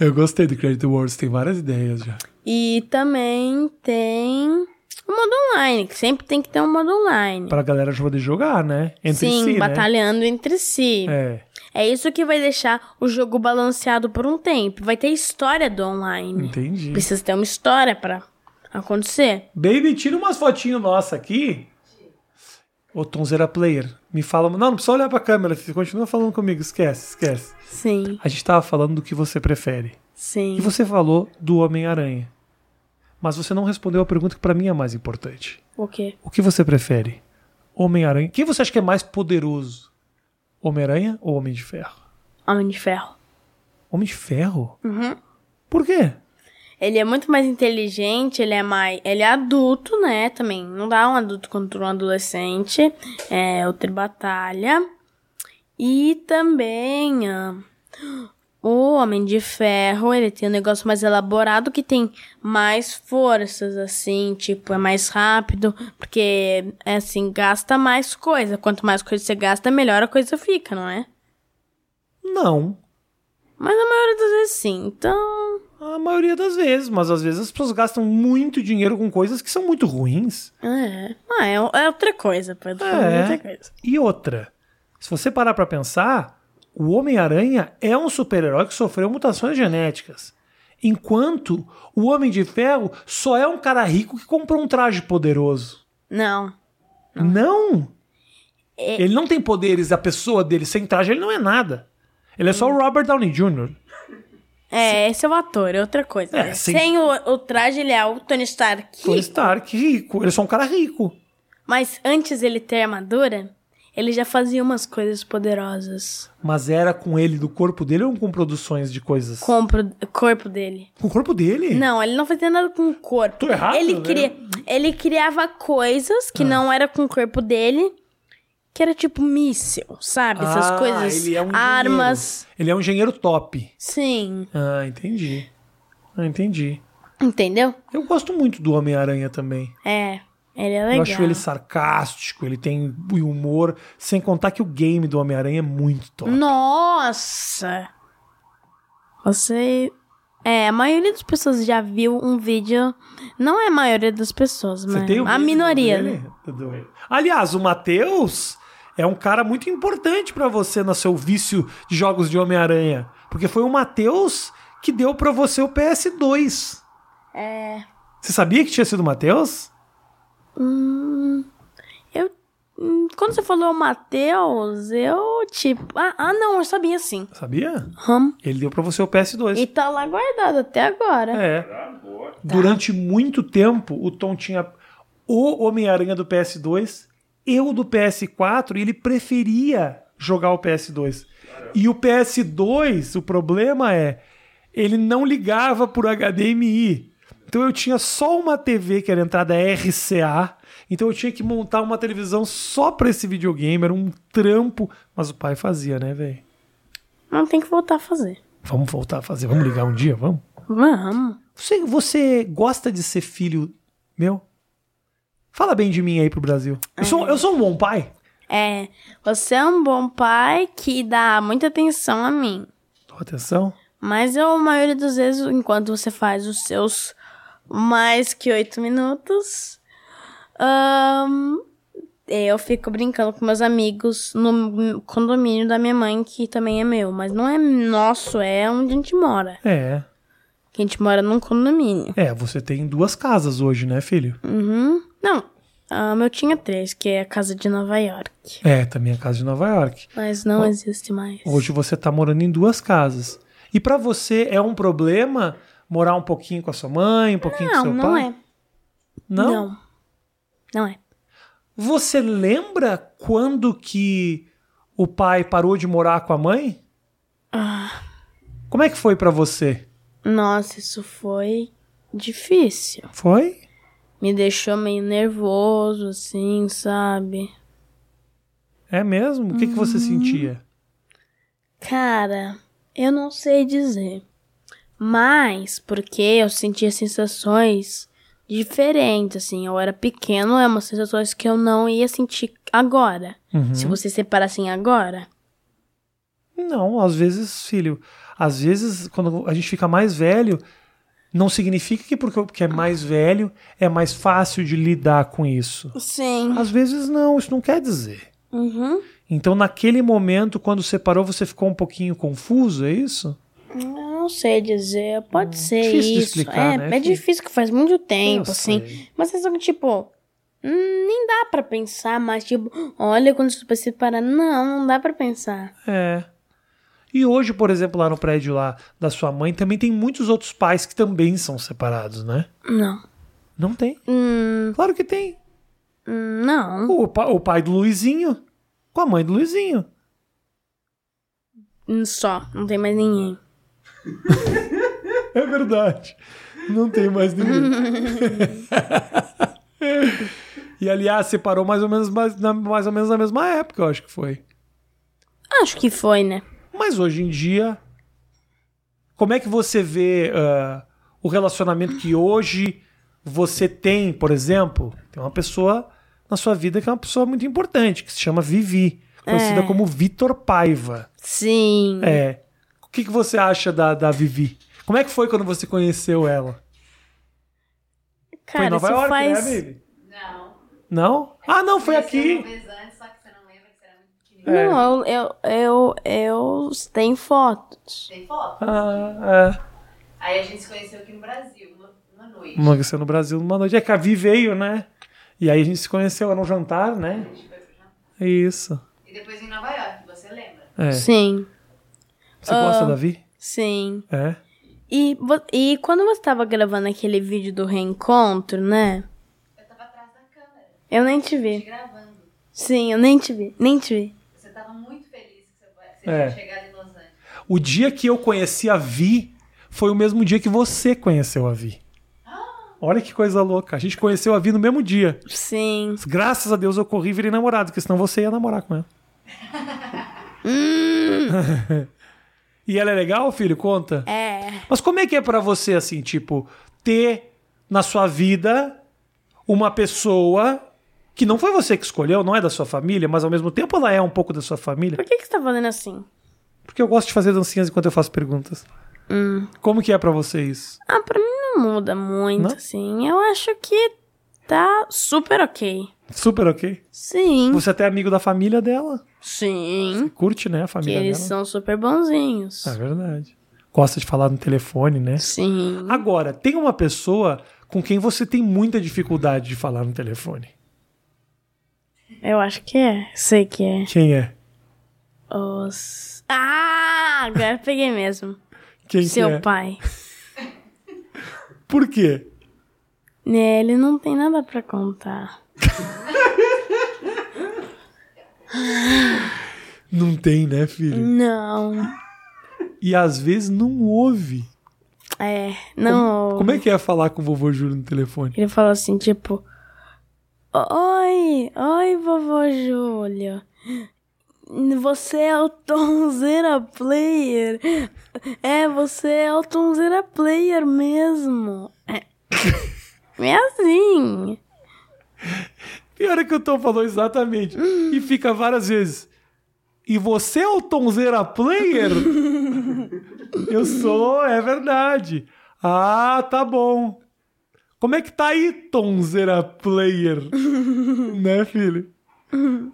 Speaker 1: Eu gostei do Creator Worlds, tem várias ideias já.
Speaker 2: E também tem o modo online, que sempre tem que ter um modo online.
Speaker 1: Pra galera poder jogar, né? Entre
Speaker 2: Sim,
Speaker 1: si,
Speaker 2: batalhando entre si.
Speaker 1: né? É.
Speaker 2: É. isso que vai deixar o jogo balanceado por um tempo. Vai ter história do online.
Speaker 1: Entendi.
Speaker 2: Precisa ter uma história pra acontecer.
Speaker 1: Baby, tira umas fotinhas nossas aqui. Ô, Tonzeira Player, me fala. Não, não precisa olhar pra câmera, filho, continua falando comigo, esquece, esquece.
Speaker 2: Sim,
Speaker 1: A gente tava falando do que você prefere.
Speaker 2: sim.
Speaker 1: E você falou do Homem-Aranha. Mas você não respondeu a pergunta que pra mim é mais importante.
Speaker 2: O quê?
Speaker 1: O que você prefere? Homem-Aranha? Quem você acha que é mais poderoso? Homem-Aranha ou Homem de Ferro?
Speaker 2: Homem de Ferro.
Speaker 1: Homem de Ferro? Por quê?
Speaker 2: Ele é muito mais inteligente, ele é mais. Ele é adulto, né? Também. Não dá um adulto contra um adolescente. É outra batalha. E também. ah, o Homem de Ferro, ele tem um negócio mais elaborado que tem mais forças, assim, tipo, é mais rápido, porque, é assim, gasta mais coisa. Quanto mais coisa você gasta, melhor a coisa fica, não é?
Speaker 1: Não.
Speaker 2: Mas a maioria das vezes sim. Então,
Speaker 1: A maioria das vezes, mas às vezes as pessoas gastam muito dinheiro com coisas que são muito ruins.
Speaker 2: É. Ah, é, é outra coisa, Pedro. É.
Speaker 1: É.
Speaker 2: outra coisa.
Speaker 1: E outra, se você parar pra pensar, o Homem-Aranha é um super-herói que sofreu mutações genéticas. Enquanto o Homem de Ferro só é um cara rico que comprou um traje poderoso.
Speaker 2: Não. Ah.
Speaker 1: Não!
Speaker 2: É.
Speaker 1: Ele não tem poderes, a pessoa dele sem traje, ele não é nada. Ele é só
Speaker 2: Hum.
Speaker 1: o Robert Downey Jr.
Speaker 2: É, esse é o ator, é outra coisa.
Speaker 1: É, sim.
Speaker 2: sem o, o traje, ele é o Tony Stark.
Speaker 1: Tony Stark, rico. Ele é só um cara rico.
Speaker 2: Mas antes ele ter armadura, Ele já fazia umas coisas poderosas.
Speaker 1: Mas era com ele, do corpo dele ou com produções de coisas?
Speaker 2: Com o pro- corpo dele.
Speaker 1: Com o corpo dele?
Speaker 2: Não, ele não fazia nada com o corpo.
Speaker 1: Tô errado, Ah.
Speaker 2: ele,
Speaker 1: né?
Speaker 2: cria- ele criava coisas que não era com o corpo dele, que era tipo míssil, sabe?
Speaker 1: Ah,
Speaker 2: Essas coisas.
Speaker 1: ele é um engenheiro.
Speaker 2: armas.
Speaker 1: Ele é um engenheiro top.
Speaker 2: Sim.
Speaker 1: Ah, entendi. Ah, entendi.
Speaker 2: Entendeu?
Speaker 1: Eu gosto muito do Homem-Aranha também.
Speaker 2: É. Ele é legal.
Speaker 1: Eu acho ele sarcástico, ele tem humor. Sem contar que o game do Homem-Aranha é muito top.
Speaker 2: Uhum. Nossa! Você. É, a maioria das pessoas já viu um vídeo. Não é a maioria das pessoas, mas.
Speaker 1: Você tem o
Speaker 2: a
Speaker 1: vídeo
Speaker 2: minoria.
Speaker 1: dele?
Speaker 2: né?
Speaker 1: Dudu? Tá Aliás, o Matheus é um cara muito importante pra você no seu vício de jogos de Homem-Aranha. Porque foi o Matheus que deu pra você o PS2.
Speaker 2: É.
Speaker 1: Você sabia que tinha sido o Matheus?
Speaker 2: Eu. hum, Quando você falou Matheus, eu tipo. Ah, ah, não, eu sabia sim.
Speaker 1: Sabia?
Speaker 2: Hum.
Speaker 1: Ele deu pra você o PS2.
Speaker 2: E tá lá guardado até agora.
Speaker 1: É.
Speaker 3: Agora.
Speaker 1: Durante muito tempo, o Tom tinha o Homem-Aranha do PS2, eu do PS4, e ele preferia jogar o PS2. E o PS2, o problema é, ele não ligava por HDMI. Então eu tinha só uma TV que era a entrada RCA, então eu tinha que montar uma televisão só pra esse videogame, era um trampo, mas o pai fazia, né, velho?
Speaker 2: Não tem que voltar a fazer.
Speaker 1: Vamos voltar a fazer, vamos ligar um dia, vamos?
Speaker 2: Vamos.
Speaker 1: Você, você gosta de ser filho meu? Fala bem de mim aí pro Brasil. Eu sou, eu sou um bom pai?
Speaker 2: É. Você é um bom pai que dá muita atenção a mim.
Speaker 1: Dou atenção.
Speaker 2: Mas eu, a maioria das vezes, enquanto você faz os seus mais que oito minutos, ahn, eu fico brincando com meus amigos no condomínio da minha mãe, que também é meu. Mas não é nosso, é onde a gente mora.
Speaker 1: É.
Speaker 2: Que a gente mora num condomínio.
Speaker 1: É, você tem duas casas hoje, né, filho?
Speaker 2: Uhum. Não, ahn, eu tinha três, que é a casa de Nova York.
Speaker 1: É, também a casa de Nova York.
Speaker 2: Mas não existe mais.
Speaker 1: Hoje você tá morando em duas casas. E pra você é um problema morar um pouquinho com a sua mãe, um pouquinho com
Speaker 2: não,
Speaker 1: seu
Speaker 2: não
Speaker 1: pai?
Speaker 2: é.
Speaker 1: Não?
Speaker 2: Não. Não é.
Speaker 1: Você lembra quando que o pai parou de morar com a mãe? Como é que foi pra você?
Speaker 2: Ah, Nossa, isso foi difícil.
Speaker 1: Foi?
Speaker 2: me deixou meio nervoso, assim, sabe?
Speaker 1: É mesmo? O que, que você
Speaker 2: Hum.
Speaker 1: sentia?
Speaker 2: Cara, eu não sei dizer. Mas, porque eu sentia sensações diferentes, assim. Eu era pequeno, é umas sensações que eu não ia sentir agora.
Speaker 1: Uhum.
Speaker 2: Se vocês separassem agora.
Speaker 1: Não, às vezes, filho, às vezes, quando a gente fica mais velho, não significa que porque porque é mais velho é mais fácil de lidar com isso.
Speaker 2: Sim.
Speaker 1: Às vezes não, isso não quer dizer.
Speaker 2: Uhum.
Speaker 1: Então, naquele momento, quando separou, você ficou um pouquinho confuso, é isso?
Speaker 2: Eu não sei dizer, pode ser
Speaker 1: Hum, difícil de
Speaker 2: isso.
Speaker 1: explicar,
Speaker 2: é,
Speaker 1: né,
Speaker 2: é
Speaker 1: filho?
Speaker 2: difícil que faz muito tempo,
Speaker 1: Eu
Speaker 2: assim.
Speaker 1: sei.
Speaker 2: Mas é só que, tipo, hum, nem dá pra pensar, mas, tipo, olha quando isso vai separar. Não, não dá pra pensar.
Speaker 1: É. E hoje, por exemplo, lá no prédio lá da sua mãe, também tem muitos outros pais que também são separados, né?
Speaker 2: Não.
Speaker 1: Não tem?
Speaker 2: Hum,
Speaker 1: Claro que tem.
Speaker 2: não.
Speaker 1: O, pa- o pai do Luizinho com a mãe do Luizinho.
Speaker 2: Hum, Só, não tem mais ninguém.
Speaker 1: É verdade. Não tem mais ninguém. e aliás, separou mais ou menos mais, na, mais ou menos na mesma época, eu acho que foi.
Speaker 2: Acho que foi, né?
Speaker 1: Mas hoje em dia, como é que você vê ah, o relacionamento que hoje você tem, por exemplo? Tem uma pessoa na sua vida que é uma pessoa muito importante, que se chama Vivi, conhecida
Speaker 2: É.
Speaker 1: como Vitor Paiva.
Speaker 2: Sim.
Speaker 1: É. O que, que você acha da, da Vivi? Como é que foi quando você conheceu ela? foi em
Speaker 2: Cara,
Speaker 1: Nova
Speaker 2: isso
Speaker 1: York,
Speaker 2: faz.
Speaker 1: né, Vivi?
Speaker 4: Não.
Speaker 1: Não? Ah, não, foi
Speaker 4: Conheceu Uma
Speaker 1: aqui.
Speaker 4: vez antes, só que você não lembra que você era muito pequenininho.
Speaker 1: É.
Speaker 2: Não, eu, eu, eu, eu tenho fotos.
Speaker 4: Tem foto.
Speaker 1: Ah, é.
Speaker 4: Aí a gente se conheceu aqui no Brasil, uma, uma noite.
Speaker 1: Uma vez é. no Brasil numa noite. É que a Vi veio, né? E aí a gente se conheceu era um jantar, né?
Speaker 4: A gente foi pro jantar.
Speaker 1: É isso.
Speaker 4: E depois em Nova York, você lembra?
Speaker 1: É.
Speaker 2: Sim,
Speaker 1: Você gosta da Vi?
Speaker 2: sim.
Speaker 1: É.
Speaker 2: E, vo- e quando você tava gravando aquele vídeo do reencontro, né?
Speaker 4: Eu tava atrás da câmera,
Speaker 2: Eu nem te
Speaker 4: te
Speaker 2: vi.
Speaker 4: gravando.
Speaker 2: Sim, eu nem te vi, nem te vi.
Speaker 4: Você tava muito feliz que você, vai- você
Speaker 1: É.
Speaker 4: tinha chegado em Los Angeles.
Speaker 1: O dia que eu conheci a Vi foi o mesmo dia que você conheceu a Vi. Olha que coisa louca. A gente conheceu a Vi no mesmo dia.
Speaker 2: Sim.
Speaker 1: Graças a Deus eu corri e virei namorado, porque senão você ia namorar com ela. *laughs* e ela é legal, filho? Conta.
Speaker 2: É.
Speaker 1: Mas como é que é pra você, assim, tipo, ter na sua vida uma pessoa que não foi você que escolheu, não é da sua família, mas ao mesmo tempo ela é um pouco da sua família?
Speaker 2: Por que, que você tá fazendo assim?
Speaker 1: Porque eu gosto de fazer dancinhas enquanto eu faço perguntas.
Speaker 2: Hum.
Speaker 1: Como que é pra você isso?
Speaker 2: Ah, pra mim não muda muito,
Speaker 1: Não?
Speaker 2: assim. Eu acho que tá super ok.
Speaker 1: Super ok.
Speaker 2: Sim.
Speaker 1: Você até é amigo da família dela.
Speaker 2: Sim.
Speaker 1: Curte, né, a
Speaker 2: Que
Speaker 1: família
Speaker 2: eles
Speaker 1: dela.
Speaker 2: são super bonzinhos.
Speaker 1: É verdade. Gosta de falar no telefone, né?
Speaker 2: Sim.
Speaker 1: Agora, tem uma pessoa com quem você tem muita dificuldade de falar no telefone.
Speaker 2: Eu acho que é. Sei que é.
Speaker 1: Quem é?
Speaker 2: Os. Ah! Agora eu peguei
Speaker 1: *laughs*
Speaker 2: mesmo.
Speaker 1: Quem que
Speaker 2: Seu
Speaker 1: é?
Speaker 2: pai.
Speaker 1: Por quê?
Speaker 2: Né, Ele não tem nada pra contar.
Speaker 1: Não tem, né, filho?
Speaker 2: Não.
Speaker 1: E às vezes não ouve.
Speaker 2: É. Não.
Speaker 1: Como é que é falar com o vovô Júlio no telefone?
Speaker 2: Ele falou assim, tipo... Oi, oi, vovô Júlio. Você é o Tonzeira Player. É, você é o Tonzeira Player mesmo. *laughs* É, é assim.
Speaker 1: Pior é que o Tom falou exatamente. E fica várias vezes. E você é o Tonzeira Player? Eu sou, é verdade. Ah, tá bom. Como é que tá aí, Tonzeira Player? né, filho?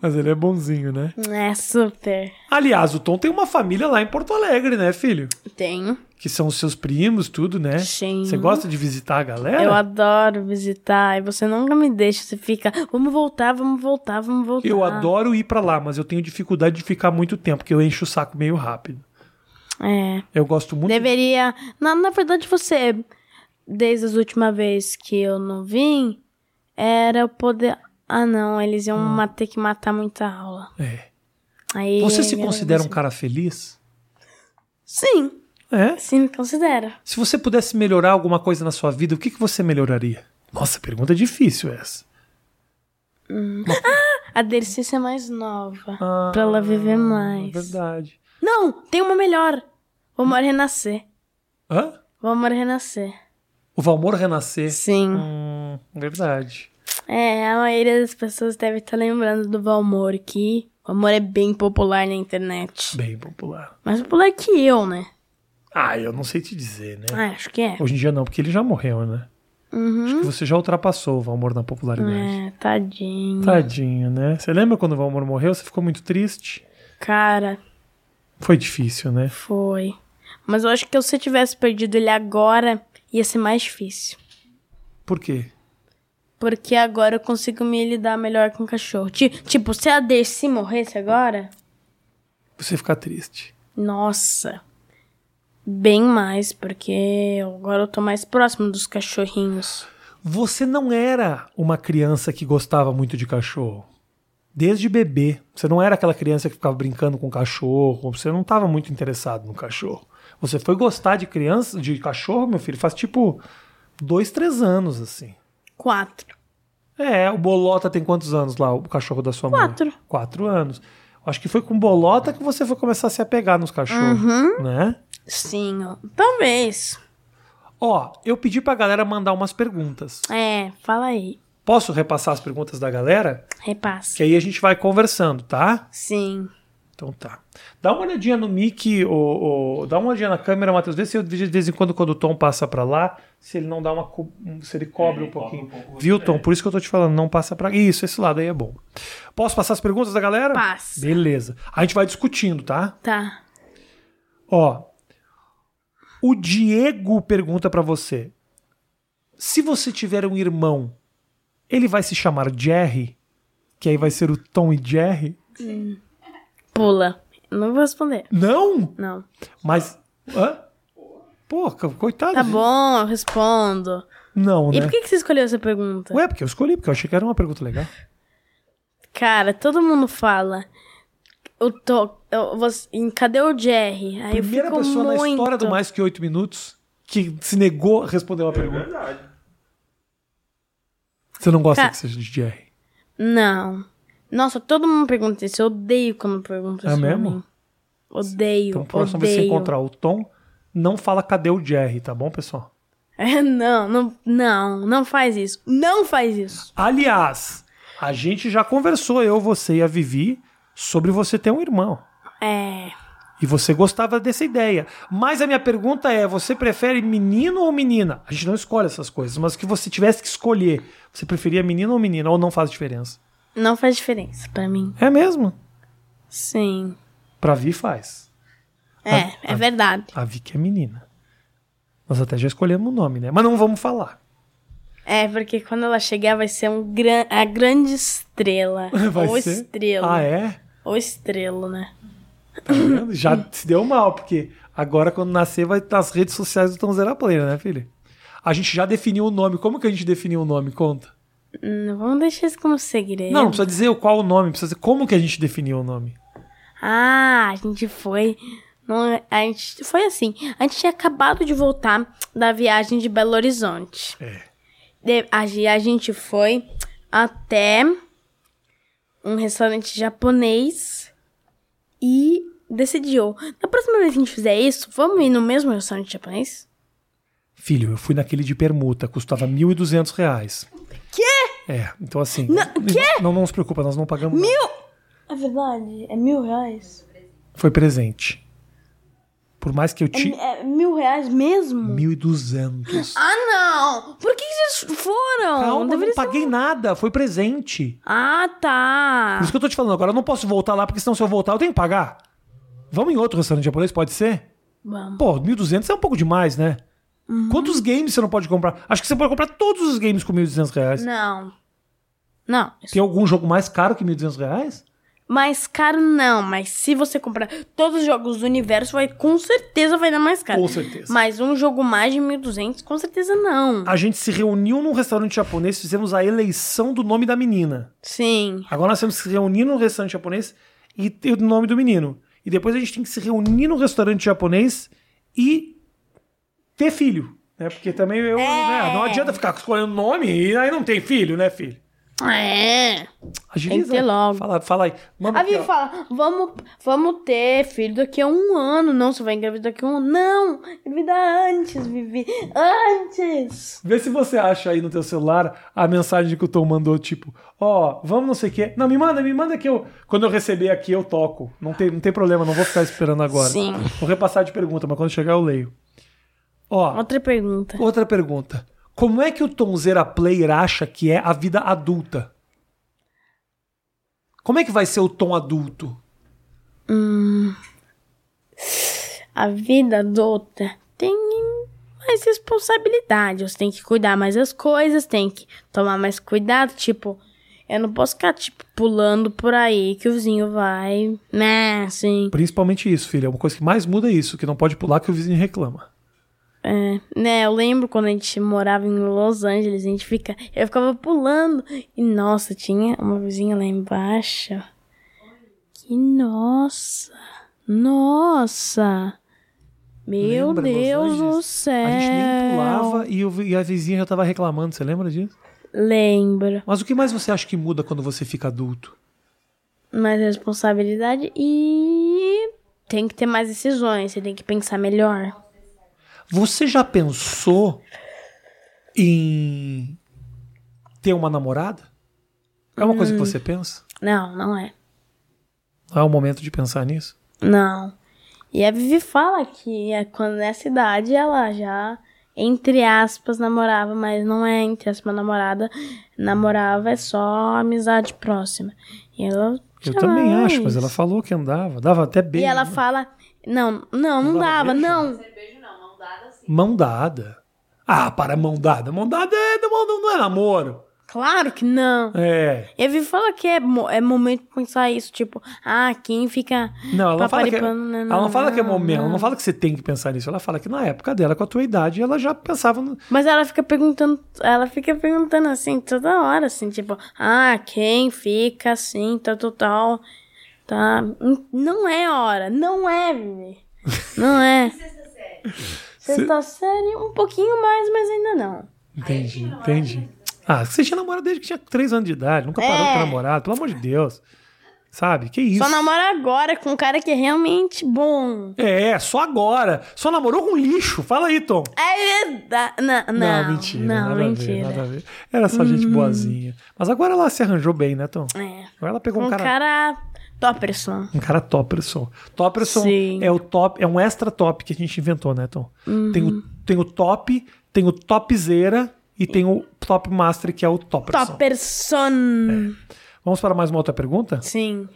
Speaker 1: Mas ele é bonzinho, né?
Speaker 2: É super.
Speaker 1: Aliás, o Tom tem uma família lá em Porto Alegre, né, filho?
Speaker 2: Tenho.
Speaker 1: Que são os seus primos, tudo, né?
Speaker 2: Sim.
Speaker 1: Você gosta de visitar a galera?
Speaker 2: Eu adoro visitar e você nunca me deixa. Você fica, vamos voltar, vamos voltar, vamos voltar.
Speaker 1: Eu adoro ir pra lá, mas eu tenho dificuldade de ficar muito tempo, porque eu encho o saco meio rápido.
Speaker 2: É.
Speaker 1: Eu gosto muito.
Speaker 2: Deveria. Na, na verdade, você. Desde as última vez que eu não vim, era eu poder. Ah, não, eles iam ma- ter que matar muita aula.
Speaker 1: Hum. É.
Speaker 2: Aí,
Speaker 1: Você se
Speaker 2: eu-
Speaker 1: considera um cara feliz?
Speaker 2: assim. Sim,
Speaker 1: É.
Speaker 2: sim, me considero.
Speaker 1: Se você pudesse melhorar alguma coisa na sua vida, o que, que você melhoraria? Nossa, pergunta difícil essa.
Speaker 2: A Dercice é mais nova.
Speaker 1: Ah,
Speaker 2: pra ela viver mais.
Speaker 1: É Verdade.
Speaker 2: Não, tem uma melhor. O amor renascer.
Speaker 1: Hã?
Speaker 2: O amor renascer.
Speaker 1: O Valmor renascer.
Speaker 2: Sim.
Speaker 1: Hum, verdade.
Speaker 2: É, a maioria das pessoas deve estar lembrando do Valmor, que o amor é bem popular na internet.
Speaker 1: Bem popular.
Speaker 2: Mais popular que eu, né?
Speaker 1: Ah, eu não sei te dizer, né?
Speaker 2: Ah, acho que é.
Speaker 1: Hoje em dia não, porque ele já morreu, né?
Speaker 2: Uhum.
Speaker 1: Acho que você já ultrapassou o Valmor na popularidade.
Speaker 2: É, tadinho.
Speaker 1: Tadinho, né? Você lembra quando o Valmor morreu? Você ficou muito triste?
Speaker 2: Cara,
Speaker 1: Foi difícil, né?
Speaker 2: foi. Mas eu acho que se eu tivesse perdido ele agora, ia ser mais difícil.
Speaker 1: Por quê?
Speaker 2: Porque agora eu consigo me lidar melhor com o cachorro. Ti- Tipo, se a Dercy morresse agora,
Speaker 1: Você ficar triste.
Speaker 2: nossa. Bem mais, porque agora eu tô mais próximo dos cachorrinhos.
Speaker 1: Você não era uma criança que gostava muito de cachorro. Desde bebê. Você não era aquela criança que ficava brincando com cachorro. Você não estava muito interessado no cachorro. Você foi gostar de criança, de cachorro, meu filho, faz tipo dois, três anos, assim.
Speaker 2: Quatro.
Speaker 1: É, o Bolota tem quantos anos lá, o cachorro da sua mãe?
Speaker 2: Quatro.
Speaker 1: Quatro anos. Acho que foi com Bolota que você foi começar a se apegar nos cachorros, né?
Speaker 2: Sim, ó. talvez.
Speaker 1: Ó, eu pedi pra galera mandar umas perguntas.
Speaker 2: É, fala aí.
Speaker 1: Posso repassar as perguntas da galera?
Speaker 2: Repassa.
Speaker 1: Que aí a gente vai conversando, tá?
Speaker 2: Sim.
Speaker 1: Então tá. Dá uma olhadinha no mic, o, dá uma olhadinha na câmera, Matheus. Vê se eu- de vez em quando, quando o Tom passa pra lá, se ele não dá uma. co- um- Se ele cobre
Speaker 3: É,
Speaker 1: um
Speaker 3: ele cobre
Speaker 1: pouquinho.
Speaker 3: um pouco,
Speaker 1: Viu,
Speaker 3: é.
Speaker 1: Tom? Por isso que eu tô te falando, não passa pra. Isso, esse lado aí é bom. Posso passar as perguntas da galera?
Speaker 2: Passa.
Speaker 1: Beleza. A gente vai discutindo, tá?
Speaker 2: Tá.
Speaker 1: Ó. O Diego pergunta pra você: se você tiver um irmão, ele vai se chamar Jerry? Que aí vai ser o Tom e Jerry?
Speaker 2: Pula. Não vou responder.
Speaker 1: Não!
Speaker 2: Não.
Speaker 1: Mas. Hã? Pô, co- coitado.
Speaker 2: Tá
Speaker 1: de-
Speaker 2: bom, eu respondo.
Speaker 1: Não,
Speaker 2: E
Speaker 1: né?
Speaker 2: por que, que você escolheu essa pergunta?
Speaker 1: Ué, porque eu escolhi, porque eu achei que era uma pergunta legal.
Speaker 2: Cara, todo mundo fala. Eu tô. Eu, você, em- cadê o Jerry? Aí Ah, eu
Speaker 1: Primeira
Speaker 2: fico
Speaker 1: pessoa
Speaker 2: muito...
Speaker 1: na história do Mais Que Oito Minutos que se negou a responder uma
Speaker 3: É
Speaker 1: pergunta.
Speaker 3: verdade.
Speaker 1: Você não gosta
Speaker 2: Cara-
Speaker 1: que seja de Jerry.
Speaker 2: Não. Nossa, todo mundo pergunta isso. Eu odeio quando pergunta
Speaker 1: É
Speaker 2: isso. pra
Speaker 1: mesmo?
Speaker 2: mim. Odeio.
Speaker 1: Então, próxima
Speaker 2: odeio.
Speaker 1: vez que você encontrar o Tom, não fala cadê o Jerry, tá bom, pessoal?
Speaker 2: *laughs* É, não, não, não, não faz isso. Não faz isso.
Speaker 1: Aliás, a gente já conversou, eu, você e a Vivi, sobre você ter um irmão.
Speaker 2: É.
Speaker 1: E você gostava dessa ideia. Mas a minha pergunta é: você prefere menino ou menina? A gente não escolhe essas coisas, mas que você tivesse que escolher, você preferia menino ou menina? Ou não faz diferença?
Speaker 2: Não faz diferença pra mim.
Speaker 1: É mesmo?
Speaker 2: Sim.
Speaker 1: Pra Vi faz.
Speaker 2: É,
Speaker 1: Ah,
Speaker 2: é verdade.
Speaker 1: A Vi que é menina. Nós até já escolhemos o nome, né? Mas não vamos falar.
Speaker 2: É, porque quando ela chegar vai ser um gran... a grande estrela.
Speaker 1: *laughs* Vai
Speaker 2: Ou
Speaker 1: ser?
Speaker 2: estrela.
Speaker 1: Ah, é?
Speaker 2: Ou estrela, né?
Speaker 1: Tá vendo? Já se deu mal, porque agora quando nascer vai estar as redes sociais do Tom Zera Player, né, filho? A gente já definiu o nome. Como que a gente definiu o nome? Conta.
Speaker 2: Hum, Vamos deixar isso como segredo.
Speaker 1: Não, não precisa dizer qual o nome, precisa dizer como que a gente definiu o nome.
Speaker 2: Ah, a gente foi. não, a gente foi assim. A gente tinha acabado de voltar da viagem de Belo Horizonte.
Speaker 1: É.
Speaker 2: De- a, ge- a gente foi até um restaurante japonês e decidiu. Na próxima vez que a gente fizer isso, vamos ir no mesmo restaurante japonês?
Speaker 1: Filho, eu fui naquele de permuta, custava 1.200 reais. Quê? É, então assim. Não, Não, não se preocupa, nós não pagamos. Mil?
Speaker 2: É verdade, é mil reais.
Speaker 1: Foi presente. Por mais que eu te.
Speaker 2: É mil reais mesmo?
Speaker 1: 1.200.
Speaker 2: Ah, não! Por que que vocês foram?
Speaker 1: Calma, eu
Speaker 2: Deveria
Speaker 1: não
Speaker 2: ser- um-
Speaker 1: paguei nada, foi presente.
Speaker 2: Ah, tá.
Speaker 1: Por isso que eu tô te falando agora, eu não posso voltar lá, porque senão se eu voltar eu tenho que pagar. Vamos em outro restaurante japonês, pode ser?
Speaker 2: Vamos.
Speaker 1: Pô, 1.200 é um pouco demais, né?
Speaker 2: Uhum.
Speaker 1: Quantos games você não pode comprar? Acho que você pode comprar todos os games com 1.200 reais.
Speaker 2: Não. Não. isso-
Speaker 1: Tem algum jogo mais caro que 1.200 reais?
Speaker 2: Mais caro não, mas se você comprar todos os jogos do universo, vai com certeza vai dar mais caro.
Speaker 1: Com Ah. certeza.
Speaker 2: Mas um jogo mais de 1200, com certeza não.
Speaker 1: A gente se reuniu num restaurante japonês, fizemos a eleição do nome da menina.
Speaker 2: Sim.
Speaker 1: Agora nós temos que se reunir num restaurante japonês e ter o nome do menino. E depois a gente tem que se reunir num restaurante japonês e ter filho. Né? Porque também eu, né, não adianta ficar escolhendo nome e aí não tem filho, né, filho?
Speaker 2: É.
Speaker 1: Agiliza.
Speaker 2: ter logo.
Speaker 1: Fala, fala aí. Manda
Speaker 2: A
Speaker 1: aqui,
Speaker 2: Vivi
Speaker 1: ó.
Speaker 2: fala: vamos, vamos ter filho daqui a um ano. Não, você vai engravidar daqui a um ano. Não! Engravidar antes, Vivi. Antes!
Speaker 1: Vê se você acha aí no teu celular a mensagem que o Tom mandou, tipo, ó, vamos não sei o quê. Não, me manda, me manda que eu. Quando eu receber aqui, eu toco. Não tem, não tem problema, não vou ficar esperando agora.
Speaker 2: Sim.
Speaker 1: Vou repassar de pergunta, mas quando chegar eu leio. Ó,
Speaker 2: Outra pergunta.
Speaker 1: outra pergunta. Como é que o Tomzeira Player acha que é a vida adulta? Como é que vai ser o tom adulto?
Speaker 2: A vida adulta tem mais responsabilidade. Você tem que cuidar mais das coisas, tem que tomar mais cuidado. Tipo, eu não posso ficar, tipo, pulando por aí que o vizinho vai. Né, assim.
Speaker 1: Principalmente isso, filha. Uma coisa que mais muda é isso, que não pode pular que o vizinho reclama.
Speaker 2: É, né, eu lembro quando a gente morava em Los Angeles, a gente fica. Eu ficava pulando. E nossa, tinha uma vizinha lá embaixo. Que nossa! Nossa! Meu
Speaker 1: Lembra, Los
Speaker 2: Deus do
Speaker 1: Angeles?
Speaker 2: céu!
Speaker 1: A gente
Speaker 2: É.
Speaker 1: nem pulava e, o vi- e a vizinha já tava reclamando, você lembra disso?
Speaker 2: Lembro.
Speaker 1: Mas o que mais você acha que muda quando você fica adulto?
Speaker 2: Mais responsabilidade e tem que ter mais decisões, você tem que pensar melhor.
Speaker 1: Você já pensou em ter uma namorada? É uma
Speaker 2: Hum.
Speaker 1: coisa que você pensa?
Speaker 2: Não, não é.
Speaker 1: Não é o momento de pensar nisso?
Speaker 2: Não. E a Vivi fala que é quando nessa idade ela já, entre aspas, namorava, mas não é entre aspas namorada. Namorava é só amizade próxima. E ela.
Speaker 1: Eu também
Speaker 2: jamais.
Speaker 1: acho, mas ela falou que andava, dava até
Speaker 2: E
Speaker 1: beijo.
Speaker 2: ela
Speaker 1: né?
Speaker 2: fala. Não, não, não
Speaker 1: Não dava
Speaker 2: dava,
Speaker 1: beijo?
Speaker 2: não.
Speaker 4: Ser beijo não, mão dada assim.
Speaker 1: Mão dada. Ah, para mão dada. Mão dada é, não, não é namoro.
Speaker 2: Claro que não.
Speaker 1: É.
Speaker 2: Eu vi falar que é, mo- é momento pra pensar isso, tipo, ah, quem fica
Speaker 1: Não, ela não fala que, é- ela
Speaker 2: paparipando, né,
Speaker 1: não fala que é momento, ela não fala que você tem que pensar nisso. Ela fala que na época dela, com a tua idade, ela já pensava no.
Speaker 2: Mas ela fica perguntando, ela fica perguntando assim toda hora, assim, tipo, ah, quem fica assim, tal, tal, tal. Tá. N- Não é hora, não é, Vivi. Não é.
Speaker 4: *laughs* Sexta série.
Speaker 2: Sexta série, um pouquinho mais, mas ainda não.
Speaker 1: Entendi, entendi. Ah, você tinha namorado desde que tinha 3 anos de idade, nunca parou
Speaker 2: né? É.
Speaker 1: pra namorar, pelo amor de Deus. Sabe? Que isso?
Speaker 2: Só namora agora com um cara que é realmente bom.
Speaker 1: É, só agora. Só namorou com lixo. Fala aí, Tom.
Speaker 2: É verdade. Não, não,
Speaker 1: mentira.
Speaker 2: Não,
Speaker 1: nada
Speaker 2: mentira. Hum.
Speaker 1: A ver, nada a ver. Era só gente boazinha. Mas agora ela se arranjou bem, né, Tom?
Speaker 2: É.
Speaker 1: Agora ela pegou um,
Speaker 2: Um
Speaker 1: cara.
Speaker 2: cara Topperson.
Speaker 1: Um cara Topperson. Topperson
Speaker 2: Sim.
Speaker 1: é o top, é um extra top que a gente inventou, né, Tom? Tem,
Speaker 2: Uhum.
Speaker 1: o, tem o top, tem o topzera e tem o top master, que é o Topperson.
Speaker 2: Topperson.
Speaker 1: Vamos para mais uma outra pergunta?
Speaker 2: Sim.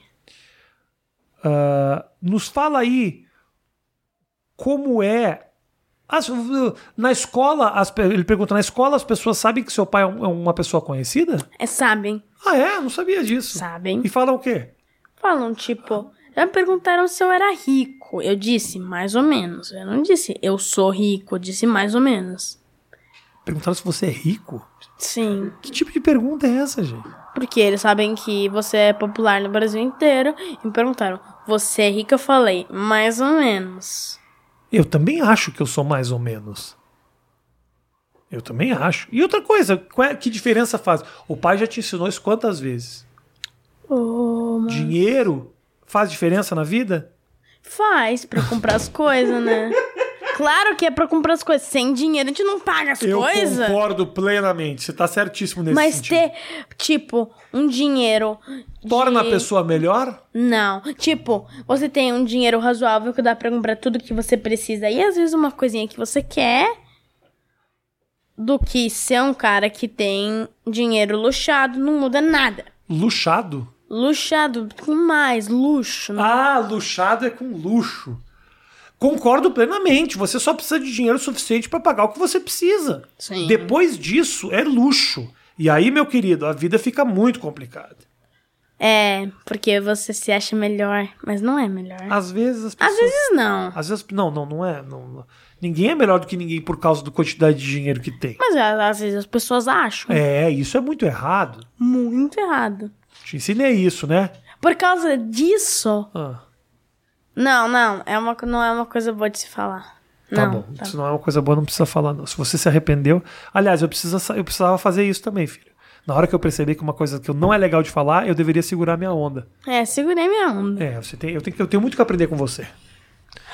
Speaker 1: Ah, nos fala aí como é. as- na escola, as pe- ele pergunta: na escola as pessoas sabem que seu pai é um- é uma pessoa conhecida?
Speaker 2: É, sabem.
Speaker 1: Ah, é? Não sabia disso.
Speaker 2: Sabem.
Speaker 1: E falam o quê?
Speaker 2: Falam, tipo, já me perguntaram se eu era rico. Eu disse, mais ou menos. Eu não disse, eu sou rico. Eu disse, mais ou menos.
Speaker 1: Perguntaram se você é rico?
Speaker 2: Sim.
Speaker 1: Que tipo de pergunta é essa, gente?
Speaker 2: Porque eles sabem que você é popular no Brasil inteiro. E me perguntaram, você é rico? Eu falei, mais ou menos.
Speaker 1: Eu também acho que eu sou mais ou menos. Eu também acho. E outra coisa, qual é- que diferença faz? O pai já te ensinou isso quantas vezes?
Speaker 2: Ô, mãe.
Speaker 1: Dinheiro faz diferença na vida?
Speaker 2: Faz pra comprar *laughs* as coisas, né? Claro que é pra comprar as coisas. Sem dinheiro a gente não paga as
Speaker 1: Eu
Speaker 2: coisas.
Speaker 1: concordo plenamente. Você tá certíssimo nesse
Speaker 2: Mas
Speaker 1: sentido.
Speaker 2: ter, tipo, um dinheiro.
Speaker 1: Torna
Speaker 2: de-
Speaker 1: a pessoa melhor?
Speaker 2: Não. Tipo, você tem um dinheiro razoável que dá pra comprar tudo que você precisa. E às vezes uma coisinha que você quer. Do que ser um cara que tem dinheiro luxado, não muda nada.
Speaker 1: Luxado?
Speaker 2: Luxado, com mais, luxo. não-
Speaker 1: Ah, luxado é com luxo. Concordo plenamente. Você só precisa de dinheiro suficiente para pagar o que você precisa.
Speaker 2: Sim.
Speaker 1: Depois disso, é luxo. E aí, meu querido, a vida fica muito complicada.
Speaker 2: É, porque você se acha melhor, mas não é melhor.
Speaker 1: Às vezes as pessoas.
Speaker 2: Às vezes não.
Speaker 1: às vezes- não, não, não é. não- não. ninguém é melhor do que ninguém por causa da quantidade de dinheiro que tem.
Speaker 2: Mas a- às vezes as pessoas acham
Speaker 1: É, isso é muito errado.
Speaker 2: muito errado.
Speaker 1: Te ensinei isso, né?
Speaker 2: Por causa disso.
Speaker 1: Ah,
Speaker 2: Não, não. É uma, co- não é uma coisa boa de se falar.
Speaker 1: tá
Speaker 2: não,
Speaker 1: bom. Isso não é uma coisa boa, não precisa falar, não. Se você se arrependeu. Aliás, eu, precisa, sa- eu precisava fazer isso também, filho. Na hora que eu percebi que uma coisa que eu não é legal de falar, eu deveria segurar minha onda.
Speaker 2: É, segurei minha onda.
Speaker 1: É, você tem, eu, tenho, que- eu tenho muito que aprender com você.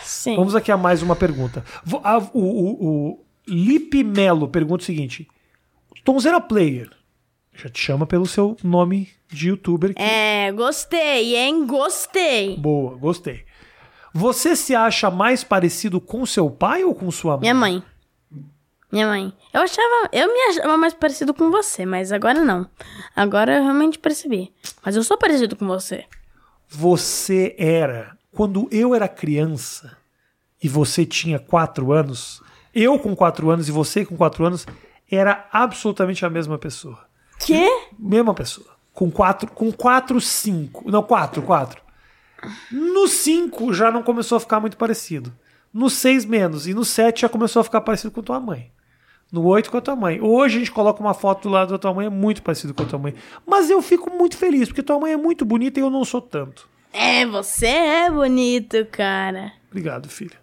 Speaker 2: Sim.
Speaker 1: Vamos aqui a mais uma pergunta. Vo- a- o, o, o Lipe Melo pergunta o seguinte: Tonzeira Player já te chama pelo seu nome de youtuber. que-
Speaker 2: É, gostei, hein? Gostei.
Speaker 1: Boa, gostei. Você se acha mais parecido com seu pai ou com sua mãe?
Speaker 2: Minha mãe. Minha mãe. Eu achava. Eu me achava mais parecido com você, mas agora não. Agora eu realmente percebi. Mas eu sou parecido com você.
Speaker 1: Você era, quando eu era criança e você tinha quatro anos, eu com quatro anos e você com quatro anos, era absolutamente a mesma pessoa.
Speaker 2: Quê?
Speaker 1: mesma pessoa. Com quatro, com quatro, cinco. Não, quatro, quatro. No cinco já não começou a ficar muito parecido. No seis menos. E no sete já começou a ficar parecido com tua mãe. No oito com a tua mãe. Hoje a gente coloca uma foto do lado da tua mãe, é muito parecido com a tua mãe. Mas eu fico muito feliz, porque tua mãe é muito bonita e eu não sou tanto.
Speaker 2: É, você é bonito, cara.
Speaker 1: Obrigado, filho.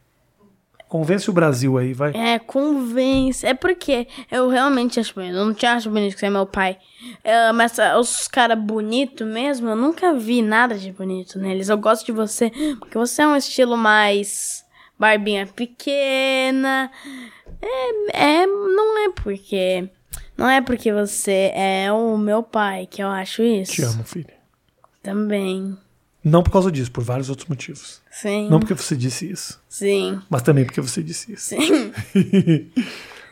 Speaker 1: Convence o Brasil aí, vai.
Speaker 2: É, convence. É porque eu realmente acho bonito. Eu não te acho bonito que você é meu pai. É, mas ah, os caras bonitos mesmo, eu nunca vi nada de bonito neles. Eu gosto de você, porque você é um estilo mais barbinha pequena. É, é não é porque. Não é porque você é o meu pai que eu acho isso.
Speaker 1: Te amo, filho.
Speaker 2: Também.
Speaker 1: Não por causa disso, por vários outros motivos.
Speaker 2: Sim.
Speaker 1: Não porque você disse isso,
Speaker 2: Sim.
Speaker 1: mas também porque você disse isso. *laughs*
Speaker 2: Sim.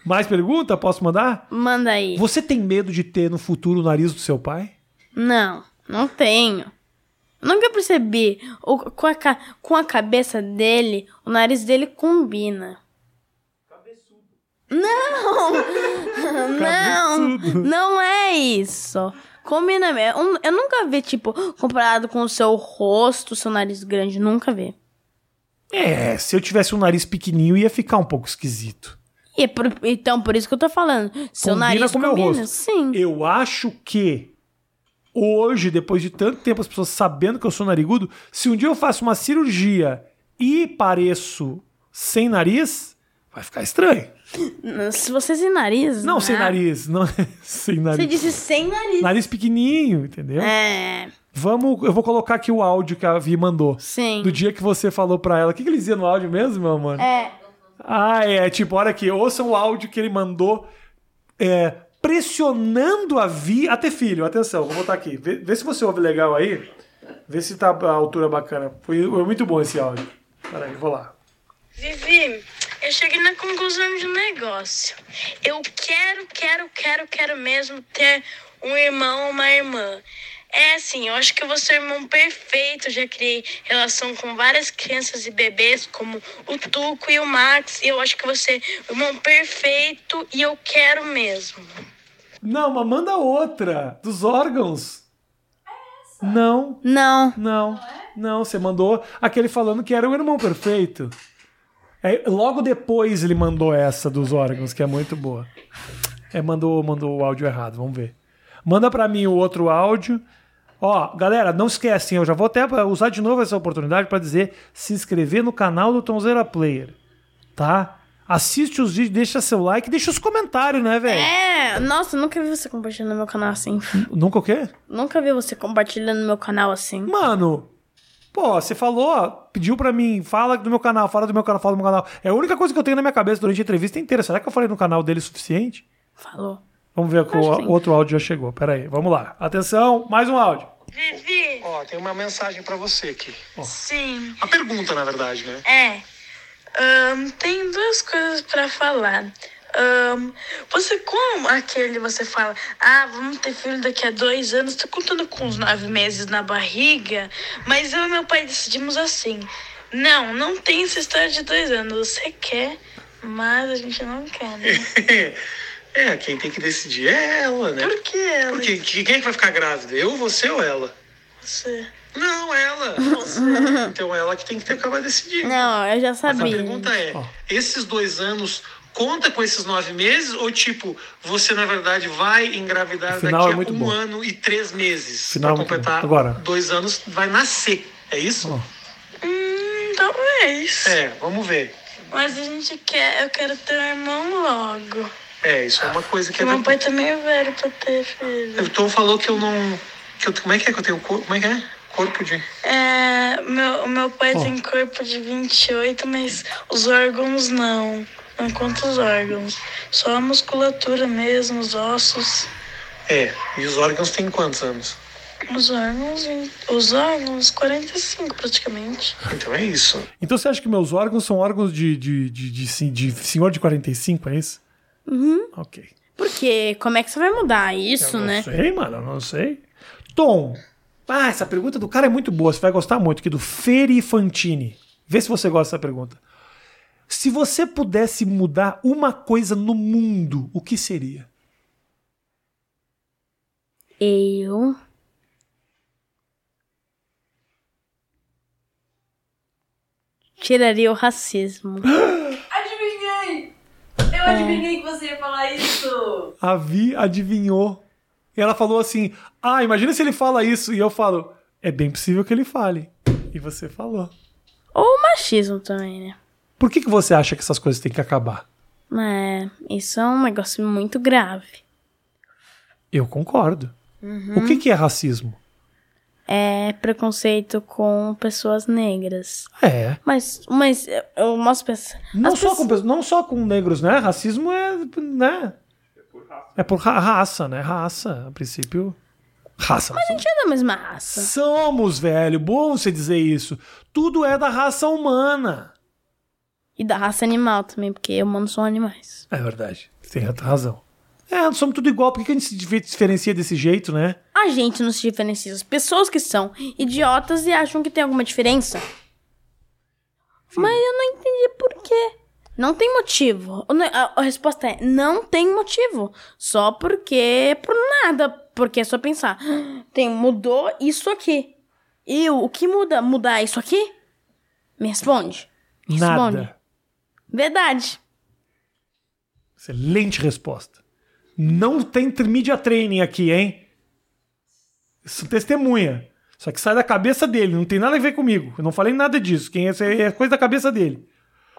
Speaker 1: Mais pergunta? Posso mandar?
Speaker 2: Manda aí.
Speaker 1: Você tem medo de ter no futuro o nariz do seu pai?
Speaker 2: Não, não tenho. Nunca percebi. O- com, a, ca- com a cabeça dele, o nariz dele combina.
Speaker 5: *laughs* Não, não é isso. Combina mesmo. Eu- Eu nunca vi, tipo, comparado com o seu rosto, seu nariz grande. Nunca vi.
Speaker 1: É, se eu tivesse um nariz pequenininho ia ficar um pouco esquisito.
Speaker 5: E é por- então, por isso que eu tô falando. Seu
Speaker 1: Combina
Speaker 5: nariz
Speaker 1: com o meu
Speaker 5: combina.
Speaker 1: rosto.
Speaker 5: Sim.
Speaker 1: Eu acho que hoje, depois de tanto tempo as pessoas sabendo que eu sou narigudo, se um dia eu faço uma cirurgia e pareço sem nariz, vai ficar estranho.
Speaker 5: Se você sem nariz.
Speaker 1: Não, sem
Speaker 5: né?
Speaker 1: nariz, não é *laughs* sem
Speaker 5: Você
Speaker 1: nariz.
Speaker 5: disse sem nariz.
Speaker 1: Nariz pequenininho, entendeu?
Speaker 5: É.
Speaker 1: Vamos, eu vou colocar aqui o áudio que a Vi mandou.
Speaker 5: Sim.
Speaker 1: Do dia que você falou pra ela. O que, que ele dizia no áudio mesmo, meu amor?
Speaker 5: É.
Speaker 1: Ah, é. Tipo, olha aqui, ouçam o áudio que ele mandou é, pressionando a Vi a ter filho. Atenção, vou botar aqui. Vê, vê se você ouve legal aí. Vê se tá a altura bacana. Foi foi muito bom esse áudio. Peraí, vou lá.
Speaker 2: Vivi, eu cheguei na conclusão de um negócio. Eu quero, quero, quero, quero mesmo ter um irmão ou uma irmã. É assim, eu acho que eu vou ser o irmão perfeito. Eu já criei relação com várias crianças e bebês, como o Tuco e o Max. E eu acho que você o irmão perfeito e eu quero mesmo.
Speaker 1: Não, mas manda outra. Dos órgãos. Não,
Speaker 5: Não.
Speaker 1: não, não. Você mandou aquele falando que era o irmão perfeito. É, logo depois ele mandou essa dos órgãos, que é muito boa. É, mandou, mandou o áudio errado, vamos ver. Manda pra mim o outro áudio. Ó, galera, não esquecem, eu já vou até usar de novo essa oportunidade pra dizer se inscrever no canal do Tonzeira Player, tá? Assiste os vídeos, deixa seu like, deixa os comentários, né, velho?
Speaker 5: É. Nossa, nunca vi você compartilhando meu canal assim.
Speaker 1: Nunca o quê?
Speaker 5: nunca vi você compartilhando meu canal assim.
Speaker 1: Mano, pô, você falou, ó, pediu pra mim, fala do meu canal, fala do meu canal, fala do meu canal. É a única coisa que eu tenho na minha cabeça durante a entrevista inteira. Será que eu falei no canal dele o suficiente?
Speaker 5: Falou.
Speaker 1: Vamos ver que o
Speaker 5: Acho que sim.
Speaker 1: o outro áudio já chegou. Pera aí, vamos lá. Atenção, mais um áudio.
Speaker 2: Vivi,
Speaker 6: Ó, tem uma mensagem pra você aqui.
Speaker 2: sim.
Speaker 6: Uma pergunta, na verdade, né? *laughs*
Speaker 2: É. Ahn, tem duas coisas pra falar. Ahn, você, como aquele você fala, ah, vamos ter filho daqui a dois anos, tô contando com uns nove meses na barriga, mas eu e meu pai decidimos assim: não, não tem essa história de dois anos, você quer, mas a gente não quer, né?
Speaker 6: é, quem tem que decidir é ela, né?
Speaker 2: Por que ela?
Speaker 6: Porque que- quem é que vai ficar grávida? Eu, você ou ela?
Speaker 2: Você?
Speaker 6: Não, *laughs* ela. então ela que tem que ter acabar decidindo.
Speaker 5: Não, eu já
Speaker 6: Mas a
Speaker 5: sabia.
Speaker 6: pergunta é,
Speaker 1: Ó.
Speaker 6: esses dois anos conta com esses nove meses ou tipo você na verdade vai engravidar
Speaker 1: O final
Speaker 6: daqui
Speaker 1: é
Speaker 6: a
Speaker 1: muito
Speaker 6: um
Speaker 1: bom.
Speaker 6: ano e três meses
Speaker 1: Final é
Speaker 6: pra
Speaker 1: muito bom.
Speaker 6: completar
Speaker 1: Agora.
Speaker 6: dois anos vai nascer é isso
Speaker 2: Hum, talvez.
Speaker 6: é vamos ver
Speaker 2: Mas a gente quer, eu quero ter um irmão logo.
Speaker 6: é isso é uma coisa que
Speaker 2: Porque
Speaker 6: é
Speaker 2: meu
Speaker 6: preocupante.
Speaker 2: pai tá meio velho pra ter filho.
Speaker 6: O Tom falou que eu não. Que eu, como é que é que eu tenho corpo? Como é que é? Corpo de.
Speaker 2: É, meu, o meu pai tem corpo de 28, mas os órgãos não. Não conta os órgãos. Só a musculatura mesmo, os ossos.
Speaker 6: É. E os órgãos têm quantos anos?
Speaker 2: Os órgãos, vin- os órgãos, 45 praticamente.
Speaker 6: Então é isso.
Speaker 1: Então você acha que meus órgãos são órgãos de, de, de, de, sen- de senhor de 45, é isso? Uhum. Ok.
Speaker 5: Porque como é que você vai mudar isso,
Speaker 1: Não
Speaker 5: né?
Speaker 1: sei, mano, eu não sei. Tom, ah, essa pergunta do cara é muito boa, você vai gostar muito, que é do Feri Fantini. Vê se você gosta dessa pergunta. Se você pudesse mudar uma coisa no mundo, o que seria?
Speaker 5: né? Eu. Tiraria o racismo. *gasps*
Speaker 4: Adivinhei! Eu
Speaker 1: É.
Speaker 4: adivinhei que você ia falar isso!
Speaker 1: A Vi adivinhou. E ela falou assim: Ah, imagina se ele fala isso. E eu falo: É bem possível que ele fale. E você falou.
Speaker 5: Ou o machismo também, né?
Speaker 1: Por que, que você acha que essas coisas têm que acabar?
Speaker 5: Mas isso é um negócio muito grave.
Speaker 1: Eu concordo.
Speaker 5: Uhum.
Speaker 1: O que, que é racismo?
Speaker 5: É preconceito com pessoas negras.
Speaker 1: É,
Speaker 5: Mas, mas eu- eu mostro pessoas.
Speaker 1: Não
Speaker 5: as
Speaker 1: só,
Speaker 5: pessoas-
Speaker 1: com, pe- não só com negros, né? Racismo é. né? É por ra- raça, né? Raça, a princípio. Raça. nós somos-
Speaker 5: A gente é da mesma raça.
Speaker 1: Somos, velho. Bom você dizer isso. Tudo é da raça humana.
Speaker 5: E da raça animal também, porque humanos são animais.
Speaker 1: É verdade. Tem outra razão. É, nós somos tudo igual. Por que que a gente se dif- diferencia desse jeito, né?
Speaker 5: A gente não se diferencia. As pessoas que são idiotas e acham que tem alguma diferença. Mas eu não entendi por quê. Não tem motivo. O ne- A a resposta é não tem motivo. Só porque por nada. Porque é só pensar. Tem, mudou isso aqui. E o, o que muda? Mudar isso aqui? Me responde. Me responde.
Speaker 1: Nada.
Speaker 5: Verdade.
Speaker 1: Excelente resposta. Não tem tr- media training aqui, hein? Isso é testemunha. Só que sai da cabeça dele, não tem nada a ver comigo. Eu não falei nada disso. Quem é, isso aí é coisa da cabeça dele.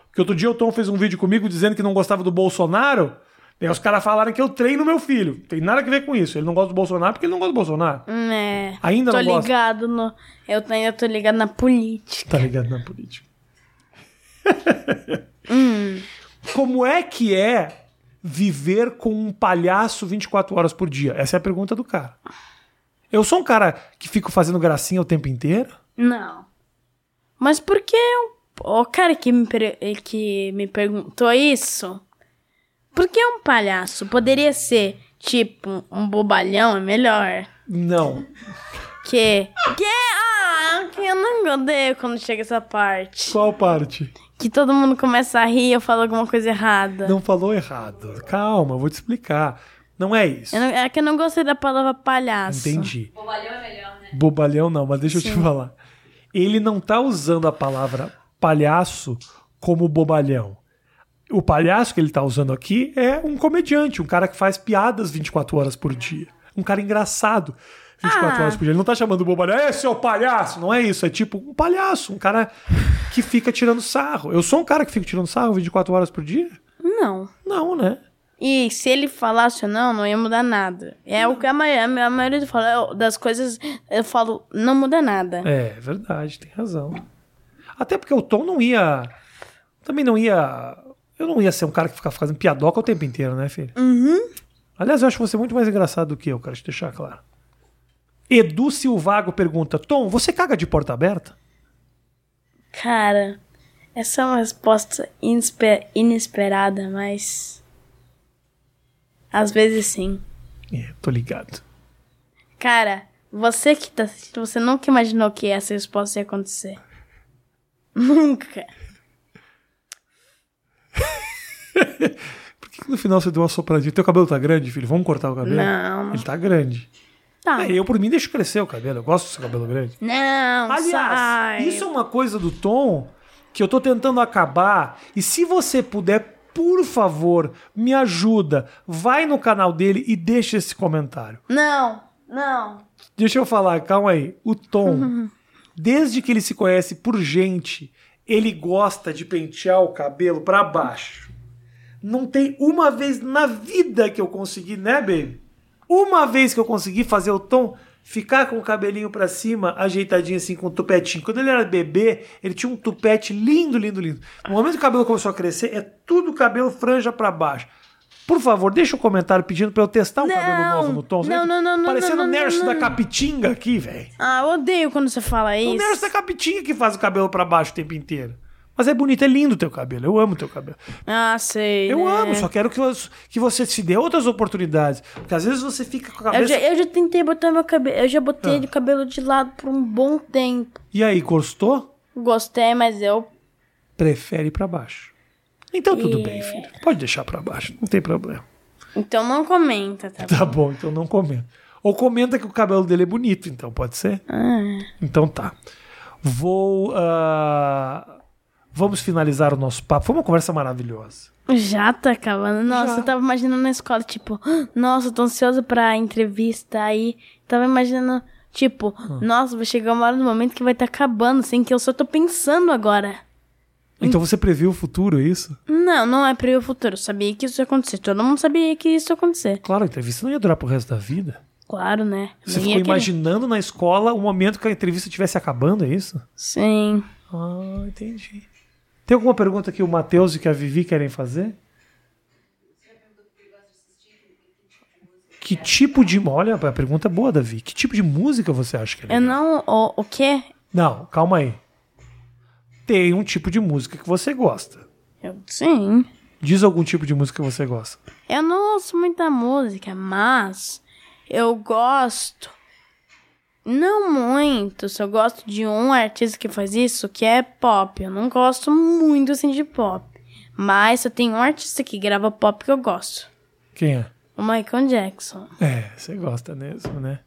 Speaker 1: Porque outro dia o Tom fez um vídeo comigo dizendo que não gostava do Bolsonaro. Daí os caras falaram que eu treino meu filho. Tem nada a ver com isso. Ele não gosta do Bolsonaro porque ele não gosta do Bolsonaro.
Speaker 5: Hum, É.
Speaker 1: Ainda
Speaker 5: tô
Speaker 1: não gosto.
Speaker 5: ligado no. Eu tô- ainda tô ligado na política.
Speaker 1: Tá ligado na política. Como é que é viver com um palhaço 24 horas por dia? Essa é a pergunta do cara. Eu sou um cara que fico fazendo gracinha o tempo inteiro?
Speaker 5: Não. Mas porque o cara que me, per- eh, que me perguntou isso, por que um palhaço? Poderia ser, tipo, um bobalhão, é melhor.
Speaker 1: Não.
Speaker 5: Que. Que. Ah, que eu não odeio quando chega essa parte.
Speaker 1: Qual parte?
Speaker 5: Que todo mundo começa a rir e eu falo alguma coisa errada.
Speaker 1: Não falou errado. Calma, eu vou te explicar. Não é isso.
Speaker 5: Eu não- é que eu não gostei da palavra palhaço.
Speaker 1: Entendi.
Speaker 7: Bobalhão é melhor, né?
Speaker 1: Bobalhão não, mas deixa eu te falar. Ele não tá usando a palavra palhaço como bobalhão. O palhaço que ele tá usando aqui é um comediante, um cara que faz piadas 24 horas por dia. Um cara engraçado 24
Speaker 5: Ah.
Speaker 1: horas por dia. Ele não tá chamando o bobalhão, é seu palhaço. Não é isso, é tipo um palhaço, um cara que fica tirando sarro. Eu sou um cara que fica tirando sarro 24 horas por dia?
Speaker 5: Não.
Speaker 1: Não, né?
Speaker 5: E se ele falasse ou não, não ia mudar nada. É o que a maioria, a minha maioria fala eu- das coisas, eu falo, não muda nada.
Speaker 1: É, verdade, tem razão. Até porque o Tom não ia. Também não ia. Eu não ia ser um cara que ficava fazendo piadoca o tempo inteiro, né, filho? Uhum. Aliás, eu acho você é muito mais engraçado do que eu, quero te deixar claro. Edu Silvago pergunta: Tom, você caga de porta aberta?
Speaker 5: Cara, essa é uma resposta inespe- inesperada, mas. Às vezes sim.
Speaker 1: É, tô ligado.
Speaker 5: Cara, você que tá assistindo, você nunca imaginou que essa resposta ia acontecer. *laughs* Nunca.
Speaker 1: Por que que no final você deu uma sopradinha? Teu cabelo tá grande, filho? Vamos cortar o cabelo?
Speaker 5: Não.
Speaker 1: Ele tá grande.
Speaker 5: Tá.
Speaker 1: É, eu, por mim, deixo crescer o cabelo. Eu gosto do seu cabelo grande.
Speaker 5: Não,
Speaker 1: Aliás,
Speaker 5: sai.
Speaker 1: isso é uma coisa do Tom que eu tô tentando acabar. E se você puder, por favor, me ajuda. Vai no canal dele e deixa esse comentário.
Speaker 5: Não, não.
Speaker 1: Deixa eu falar, calma aí. O Tom, desde que ele se conhece por gente, ele gosta de pentear o cabelo pra baixo. Não tem uma vez na vida que eu consegui, né, baby? Uma vez que eu consegui fazer o Tom ficar com o cabelinho pra cima, ajeitadinho assim, com o tupetinho. Quando ele era bebê, ele tinha um tupete lindo, lindo, lindo. No momento que o cabelo começou a crescer, é tudo cabelo franja pra baixo. Por favor, deixa um comentário pedindo pra eu testar um
Speaker 5: Não.
Speaker 1: cabelo novo no Tom. Você
Speaker 5: Não,
Speaker 1: vê que-
Speaker 5: não, não, não,
Speaker 1: Parecendo
Speaker 5: não,
Speaker 1: o
Speaker 5: não,
Speaker 1: Nerso
Speaker 5: não,
Speaker 1: da
Speaker 5: não.
Speaker 1: Capitinga aqui, velho.
Speaker 5: Ah, eu odeio quando você fala
Speaker 1: O
Speaker 5: isso.
Speaker 1: Nerso da Capitinga que faz o cabelo pra baixo o tempo inteiro. Mas é bonito, é lindo o teu cabelo. Eu amo o teu cabelo.
Speaker 5: Ah, sei.
Speaker 1: Eu
Speaker 5: né?
Speaker 1: amo, só quero que, você- que você se dê outras oportunidades. Porque às vezes você fica com a
Speaker 5: Eu
Speaker 1: cabeça. Ah.
Speaker 5: já, eu já tentei botar meu cabelo. Eu já botei o cabelo de lado por um bom tempo.
Speaker 1: E aí, gostou?
Speaker 5: Gostei, mas eu.
Speaker 1: Prefere pra baixo. Então tudo
Speaker 5: É.
Speaker 1: bem, filho. Pode deixar pra baixo, não tem problema. *laughs*
Speaker 5: Então não comenta, tá?
Speaker 1: Tá bom, então não comenta. Ou comenta que o cabelo dele é bonito, então pode ser?
Speaker 5: É.
Speaker 1: Então tá. Vou. ah, Vamos finalizar o nosso papo. Foi uma conversa maravilhosa.
Speaker 5: Já tá acabando. Nossa,
Speaker 1: Já.
Speaker 5: eu tava imaginando na escola, tipo, "Ah, nossa, eu tô ansiosa pra entrevista aí. Tava imaginando, tipo,
Speaker 1: Ah.
Speaker 5: nossa, vai chegar uma hora no momento que vai tá acabando, assim, que eu só tô pensando agora. Hum.
Speaker 1: Então você previu o futuro, é isso?
Speaker 5: Não, não é pra ir o futuro. Eu sabia que isso ia acontecer. Todo mundo sabia que isso ia acontecer.
Speaker 1: Claro, a entrevista não ia durar pro resto da vida.
Speaker 5: Claro, né?
Speaker 1: Você
Speaker 5: Ninguém ia
Speaker 1: ficou
Speaker 5: querer.
Speaker 1: imaginando na escola o momento que a entrevista estivesse acabando, é isso?
Speaker 5: Sim.
Speaker 1: Ah, entendi. Tem alguma pergunta que o Matheus e que a Vivi querem fazer? Que tipo de. Olha, a pergunta é boa, Davi. Que tipo de música você acha que é
Speaker 5: Eu
Speaker 1: legal?
Speaker 5: não. O, o quê?
Speaker 1: Não, calma aí. Tem um tipo de música que você gosta.
Speaker 5: Eu, sim.
Speaker 1: Diz algum tipo de música que você gosta.
Speaker 5: Eu não ouço muita música, mas eu gosto. Não muito, só gosto de um artista que faz isso, que é pop. Eu não gosto muito assim de pop. Mas eu tenho um artista que grava pop que eu gosto.
Speaker 1: Quem é?
Speaker 5: O Michael Jackson.
Speaker 1: É, você gosta mesmo, né?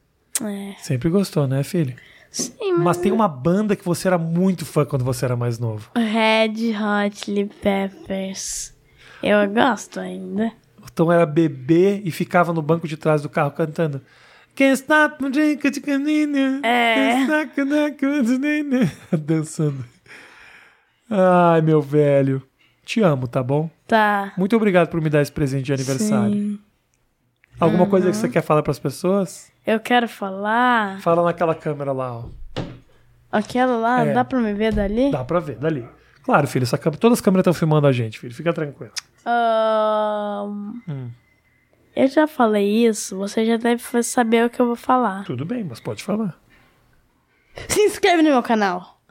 Speaker 5: É.
Speaker 1: Sempre gostou, né, filho?
Speaker 5: Sim,
Speaker 1: Mas
Speaker 5: mas.
Speaker 1: tem uma banda que você era muito fã quando você era mais novo.
Speaker 5: Red Hot Chili Peppers. Eu gosto ainda.
Speaker 1: Então era bebê e ficava no banco de trás do carro cantando. Can't stop me drinking de canina.
Speaker 5: É.
Speaker 1: Can't stop me drinking de canina. Dançando. Ai, meu velho. Te amo, tá bom?
Speaker 5: Tá.
Speaker 1: Muito obrigado por me dar esse presente de aniversário.
Speaker 5: Sim.
Speaker 1: Alguma coisa que você quer falar pras pessoas?
Speaker 5: Eu quero falar.
Speaker 1: Fala naquela câmera lá, ó.
Speaker 5: Aquela lá,
Speaker 1: É.
Speaker 5: dá pra me ver dali?
Speaker 1: Dá pra ver, dali. Claro, filho, essa câmera, todas as câmeras estão filmando a gente, filho. Fica tranquilo.
Speaker 5: Ahn,
Speaker 1: Hum.
Speaker 5: Eu já falei isso, você já deve saber o que eu vou falar.
Speaker 1: Tudo bem, mas pode falar.
Speaker 5: Se inscreve no meu canal.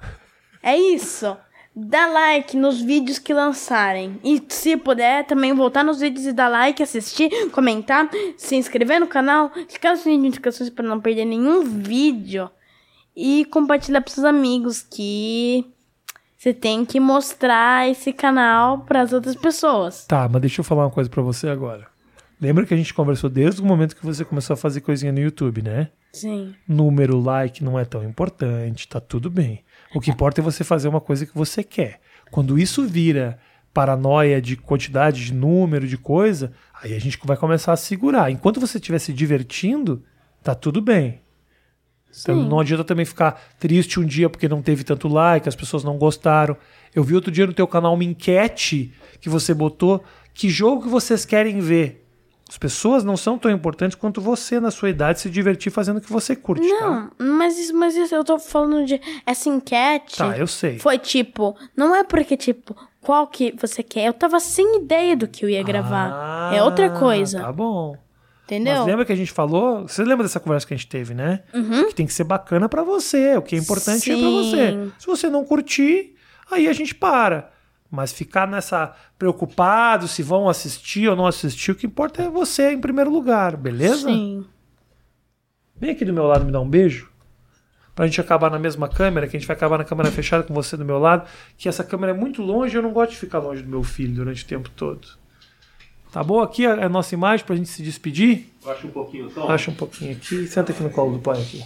Speaker 5: É isso. Dá like nos vídeos que lançarem. E se puder, também voltar nos vídeos e dar like, assistir, comentar, se inscrever no canal, clicar no sininho de notificações para não perder nenhum vídeo. E compartilhar pros seus amigos que você tem que mostrar esse canal pras outras pessoas.
Speaker 1: Tá, mas deixa eu falar uma coisa pra você agora. Lembra que a gente conversou desde o momento que você começou a fazer coisinha no YouTube, né?
Speaker 5: Sim.
Speaker 1: Número, like não é tão importante, tá tudo bem. O que importa é você fazer uma coisa que você quer. Quando isso vira paranoia de quantidade, de número, de coisa, aí a gente vai começar a segurar. Enquanto você estiver se divertindo, tá tudo bem. Então
Speaker 5: Sim.
Speaker 1: não adianta também ficar triste um dia porque não teve tanto like, as pessoas não gostaram. Eu vi outro dia no teu canal uma enquete que você botou que jogo que vocês querem ver. As pessoas não são tão importantes quanto você na sua idade se divertir fazendo o que você curte, tá?
Speaker 5: Não, mas isso, mas isso eu tô falando de essa enquete.
Speaker 1: Tá, eu sei.
Speaker 5: Foi tipo, não é porque, tipo, qual que você quer. Eu tava sem ideia do que eu ia gravar.
Speaker 1: Ah,
Speaker 5: é outra coisa.
Speaker 1: Tá bom.
Speaker 5: Entendeu?
Speaker 1: Mas lembra que a gente falou? Você lembra dessa conversa que a gente teve, né? Que tem que ser bacana pra você. O que é importante é pra
Speaker 5: Uhum. Sim.
Speaker 1: você. Se você não curtir, aí a gente para. Mas ficar nessa preocupado se vão assistir ou não assistir, o que importa é você em primeiro lugar, beleza?
Speaker 5: Sim.
Speaker 1: Vem aqui do meu lado me dar um beijo. Pra gente acabar na mesma câmera, que a gente vai acabar na câmera fechada com você do meu lado, que essa câmera é muito longe, eu não gosto de ficar longe do meu filho durante o tempo todo. Tá bom aqui a, a nossa imagem pra gente se despedir?
Speaker 3: Baixa um pouquinho o som.
Speaker 1: Baixa um pouquinho aqui, senta aqui no colo do pai aqui.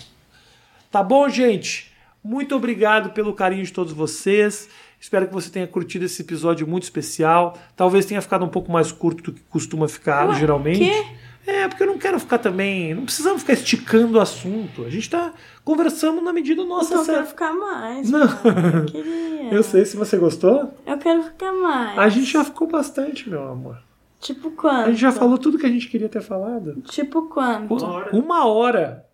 Speaker 1: Tá bom, gente? Muito obrigado pelo carinho de todos vocês. Espero que você tenha curtido esse episódio muito especial. Talvez tenha ficado um pouco mais curto do que costuma ficar geralmente.
Speaker 5: quê?
Speaker 1: É, porque eu não quero ficar também. Não precisamos ficar esticando o assunto. A gente tá conversando na medida nossa.
Speaker 5: Então Eu quero
Speaker 1: certa.
Speaker 5: ficar mais.
Speaker 1: Não.
Speaker 5: Eu
Speaker 1: *laughs*
Speaker 5: queria.
Speaker 1: Eu sei se você gostou.
Speaker 5: Eu quero ficar mais.
Speaker 1: A gente já ficou bastante, meu amor.
Speaker 5: Tipo
Speaker 1: A
Speaker 5: quanto?
Speaker 1: gente já falou tudo que a gente queria ter falado.
Speaker 5: Tipo quanto?
Speaker 1: Uma hora. Uma hora.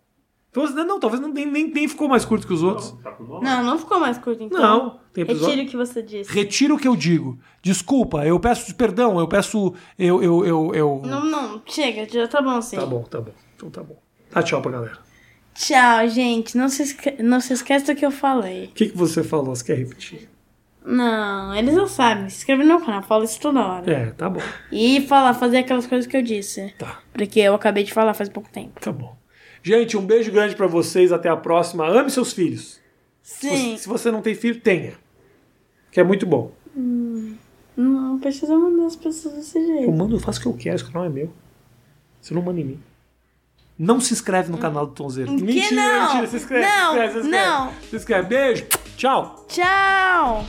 Speaker 1: Então, não, talvez não, nem, nem, nem ficou mais curto que os outros.
Speaker 3: Tá com nó?
Speaker 5: Não, não ficou mais curto então.
Speaker 1: Não, tem episódio.
Speaker 5: Retire o que você disse.
Speaker 1: Retiro o que eu digo. Desculpa, eu peço perdão, eu peço. Eu. eu, eu, eu...
Speaker 5: Não, não, chega, já tá bom sim.
Speaker 1: Tá bom, tá bom. Então tá bom. Tá, tchau pra galera.
Speaker 5: Tchau, gente. Não se, esque... não se esquece do que eu falei.
Speaker 1: O que, que você falou? Você quer repetir?
Speaker 5: Não, eles não sabem. Se inscreve no meu canal, fala isso toda hora.
Speaker 1: É, tá bom.
Speaker 5: E falar, fazer aquelas coisas que eu disse.
Speaker 1: Tá,
Speaker 5: Porque eu acabei de falar faz pouco tempo.
Speaker 1: tá bom. Gente, um beijo grande pra vocês. Até a próxima. Ame seus filhos.
Speaker 5: Sim.
Speaker 1: Se você não tem filho, tenha. Que é muito bom.
Speaker 5: Não precisa mandar as pessoas desse
Speaker 1: Eu
Speaker 5: jeito.
Speaker 1: mando, eu faço o que eu quero, esse canal é meu. Você não manda em mim. Não se inscreve no canal do Tonzeiro.
Speaker 5: Que
Speaker 1: mentira,
Speaker 5: não?
Speaker 1: mentira. Se inscreve,
Speaker 5: Não,
Speaker 1: se inscreve, se inscreve.
Speaker 5: não.
Speaker 1: Se inscreve. Beijo. Tchau.
Speaker 5: Tchau!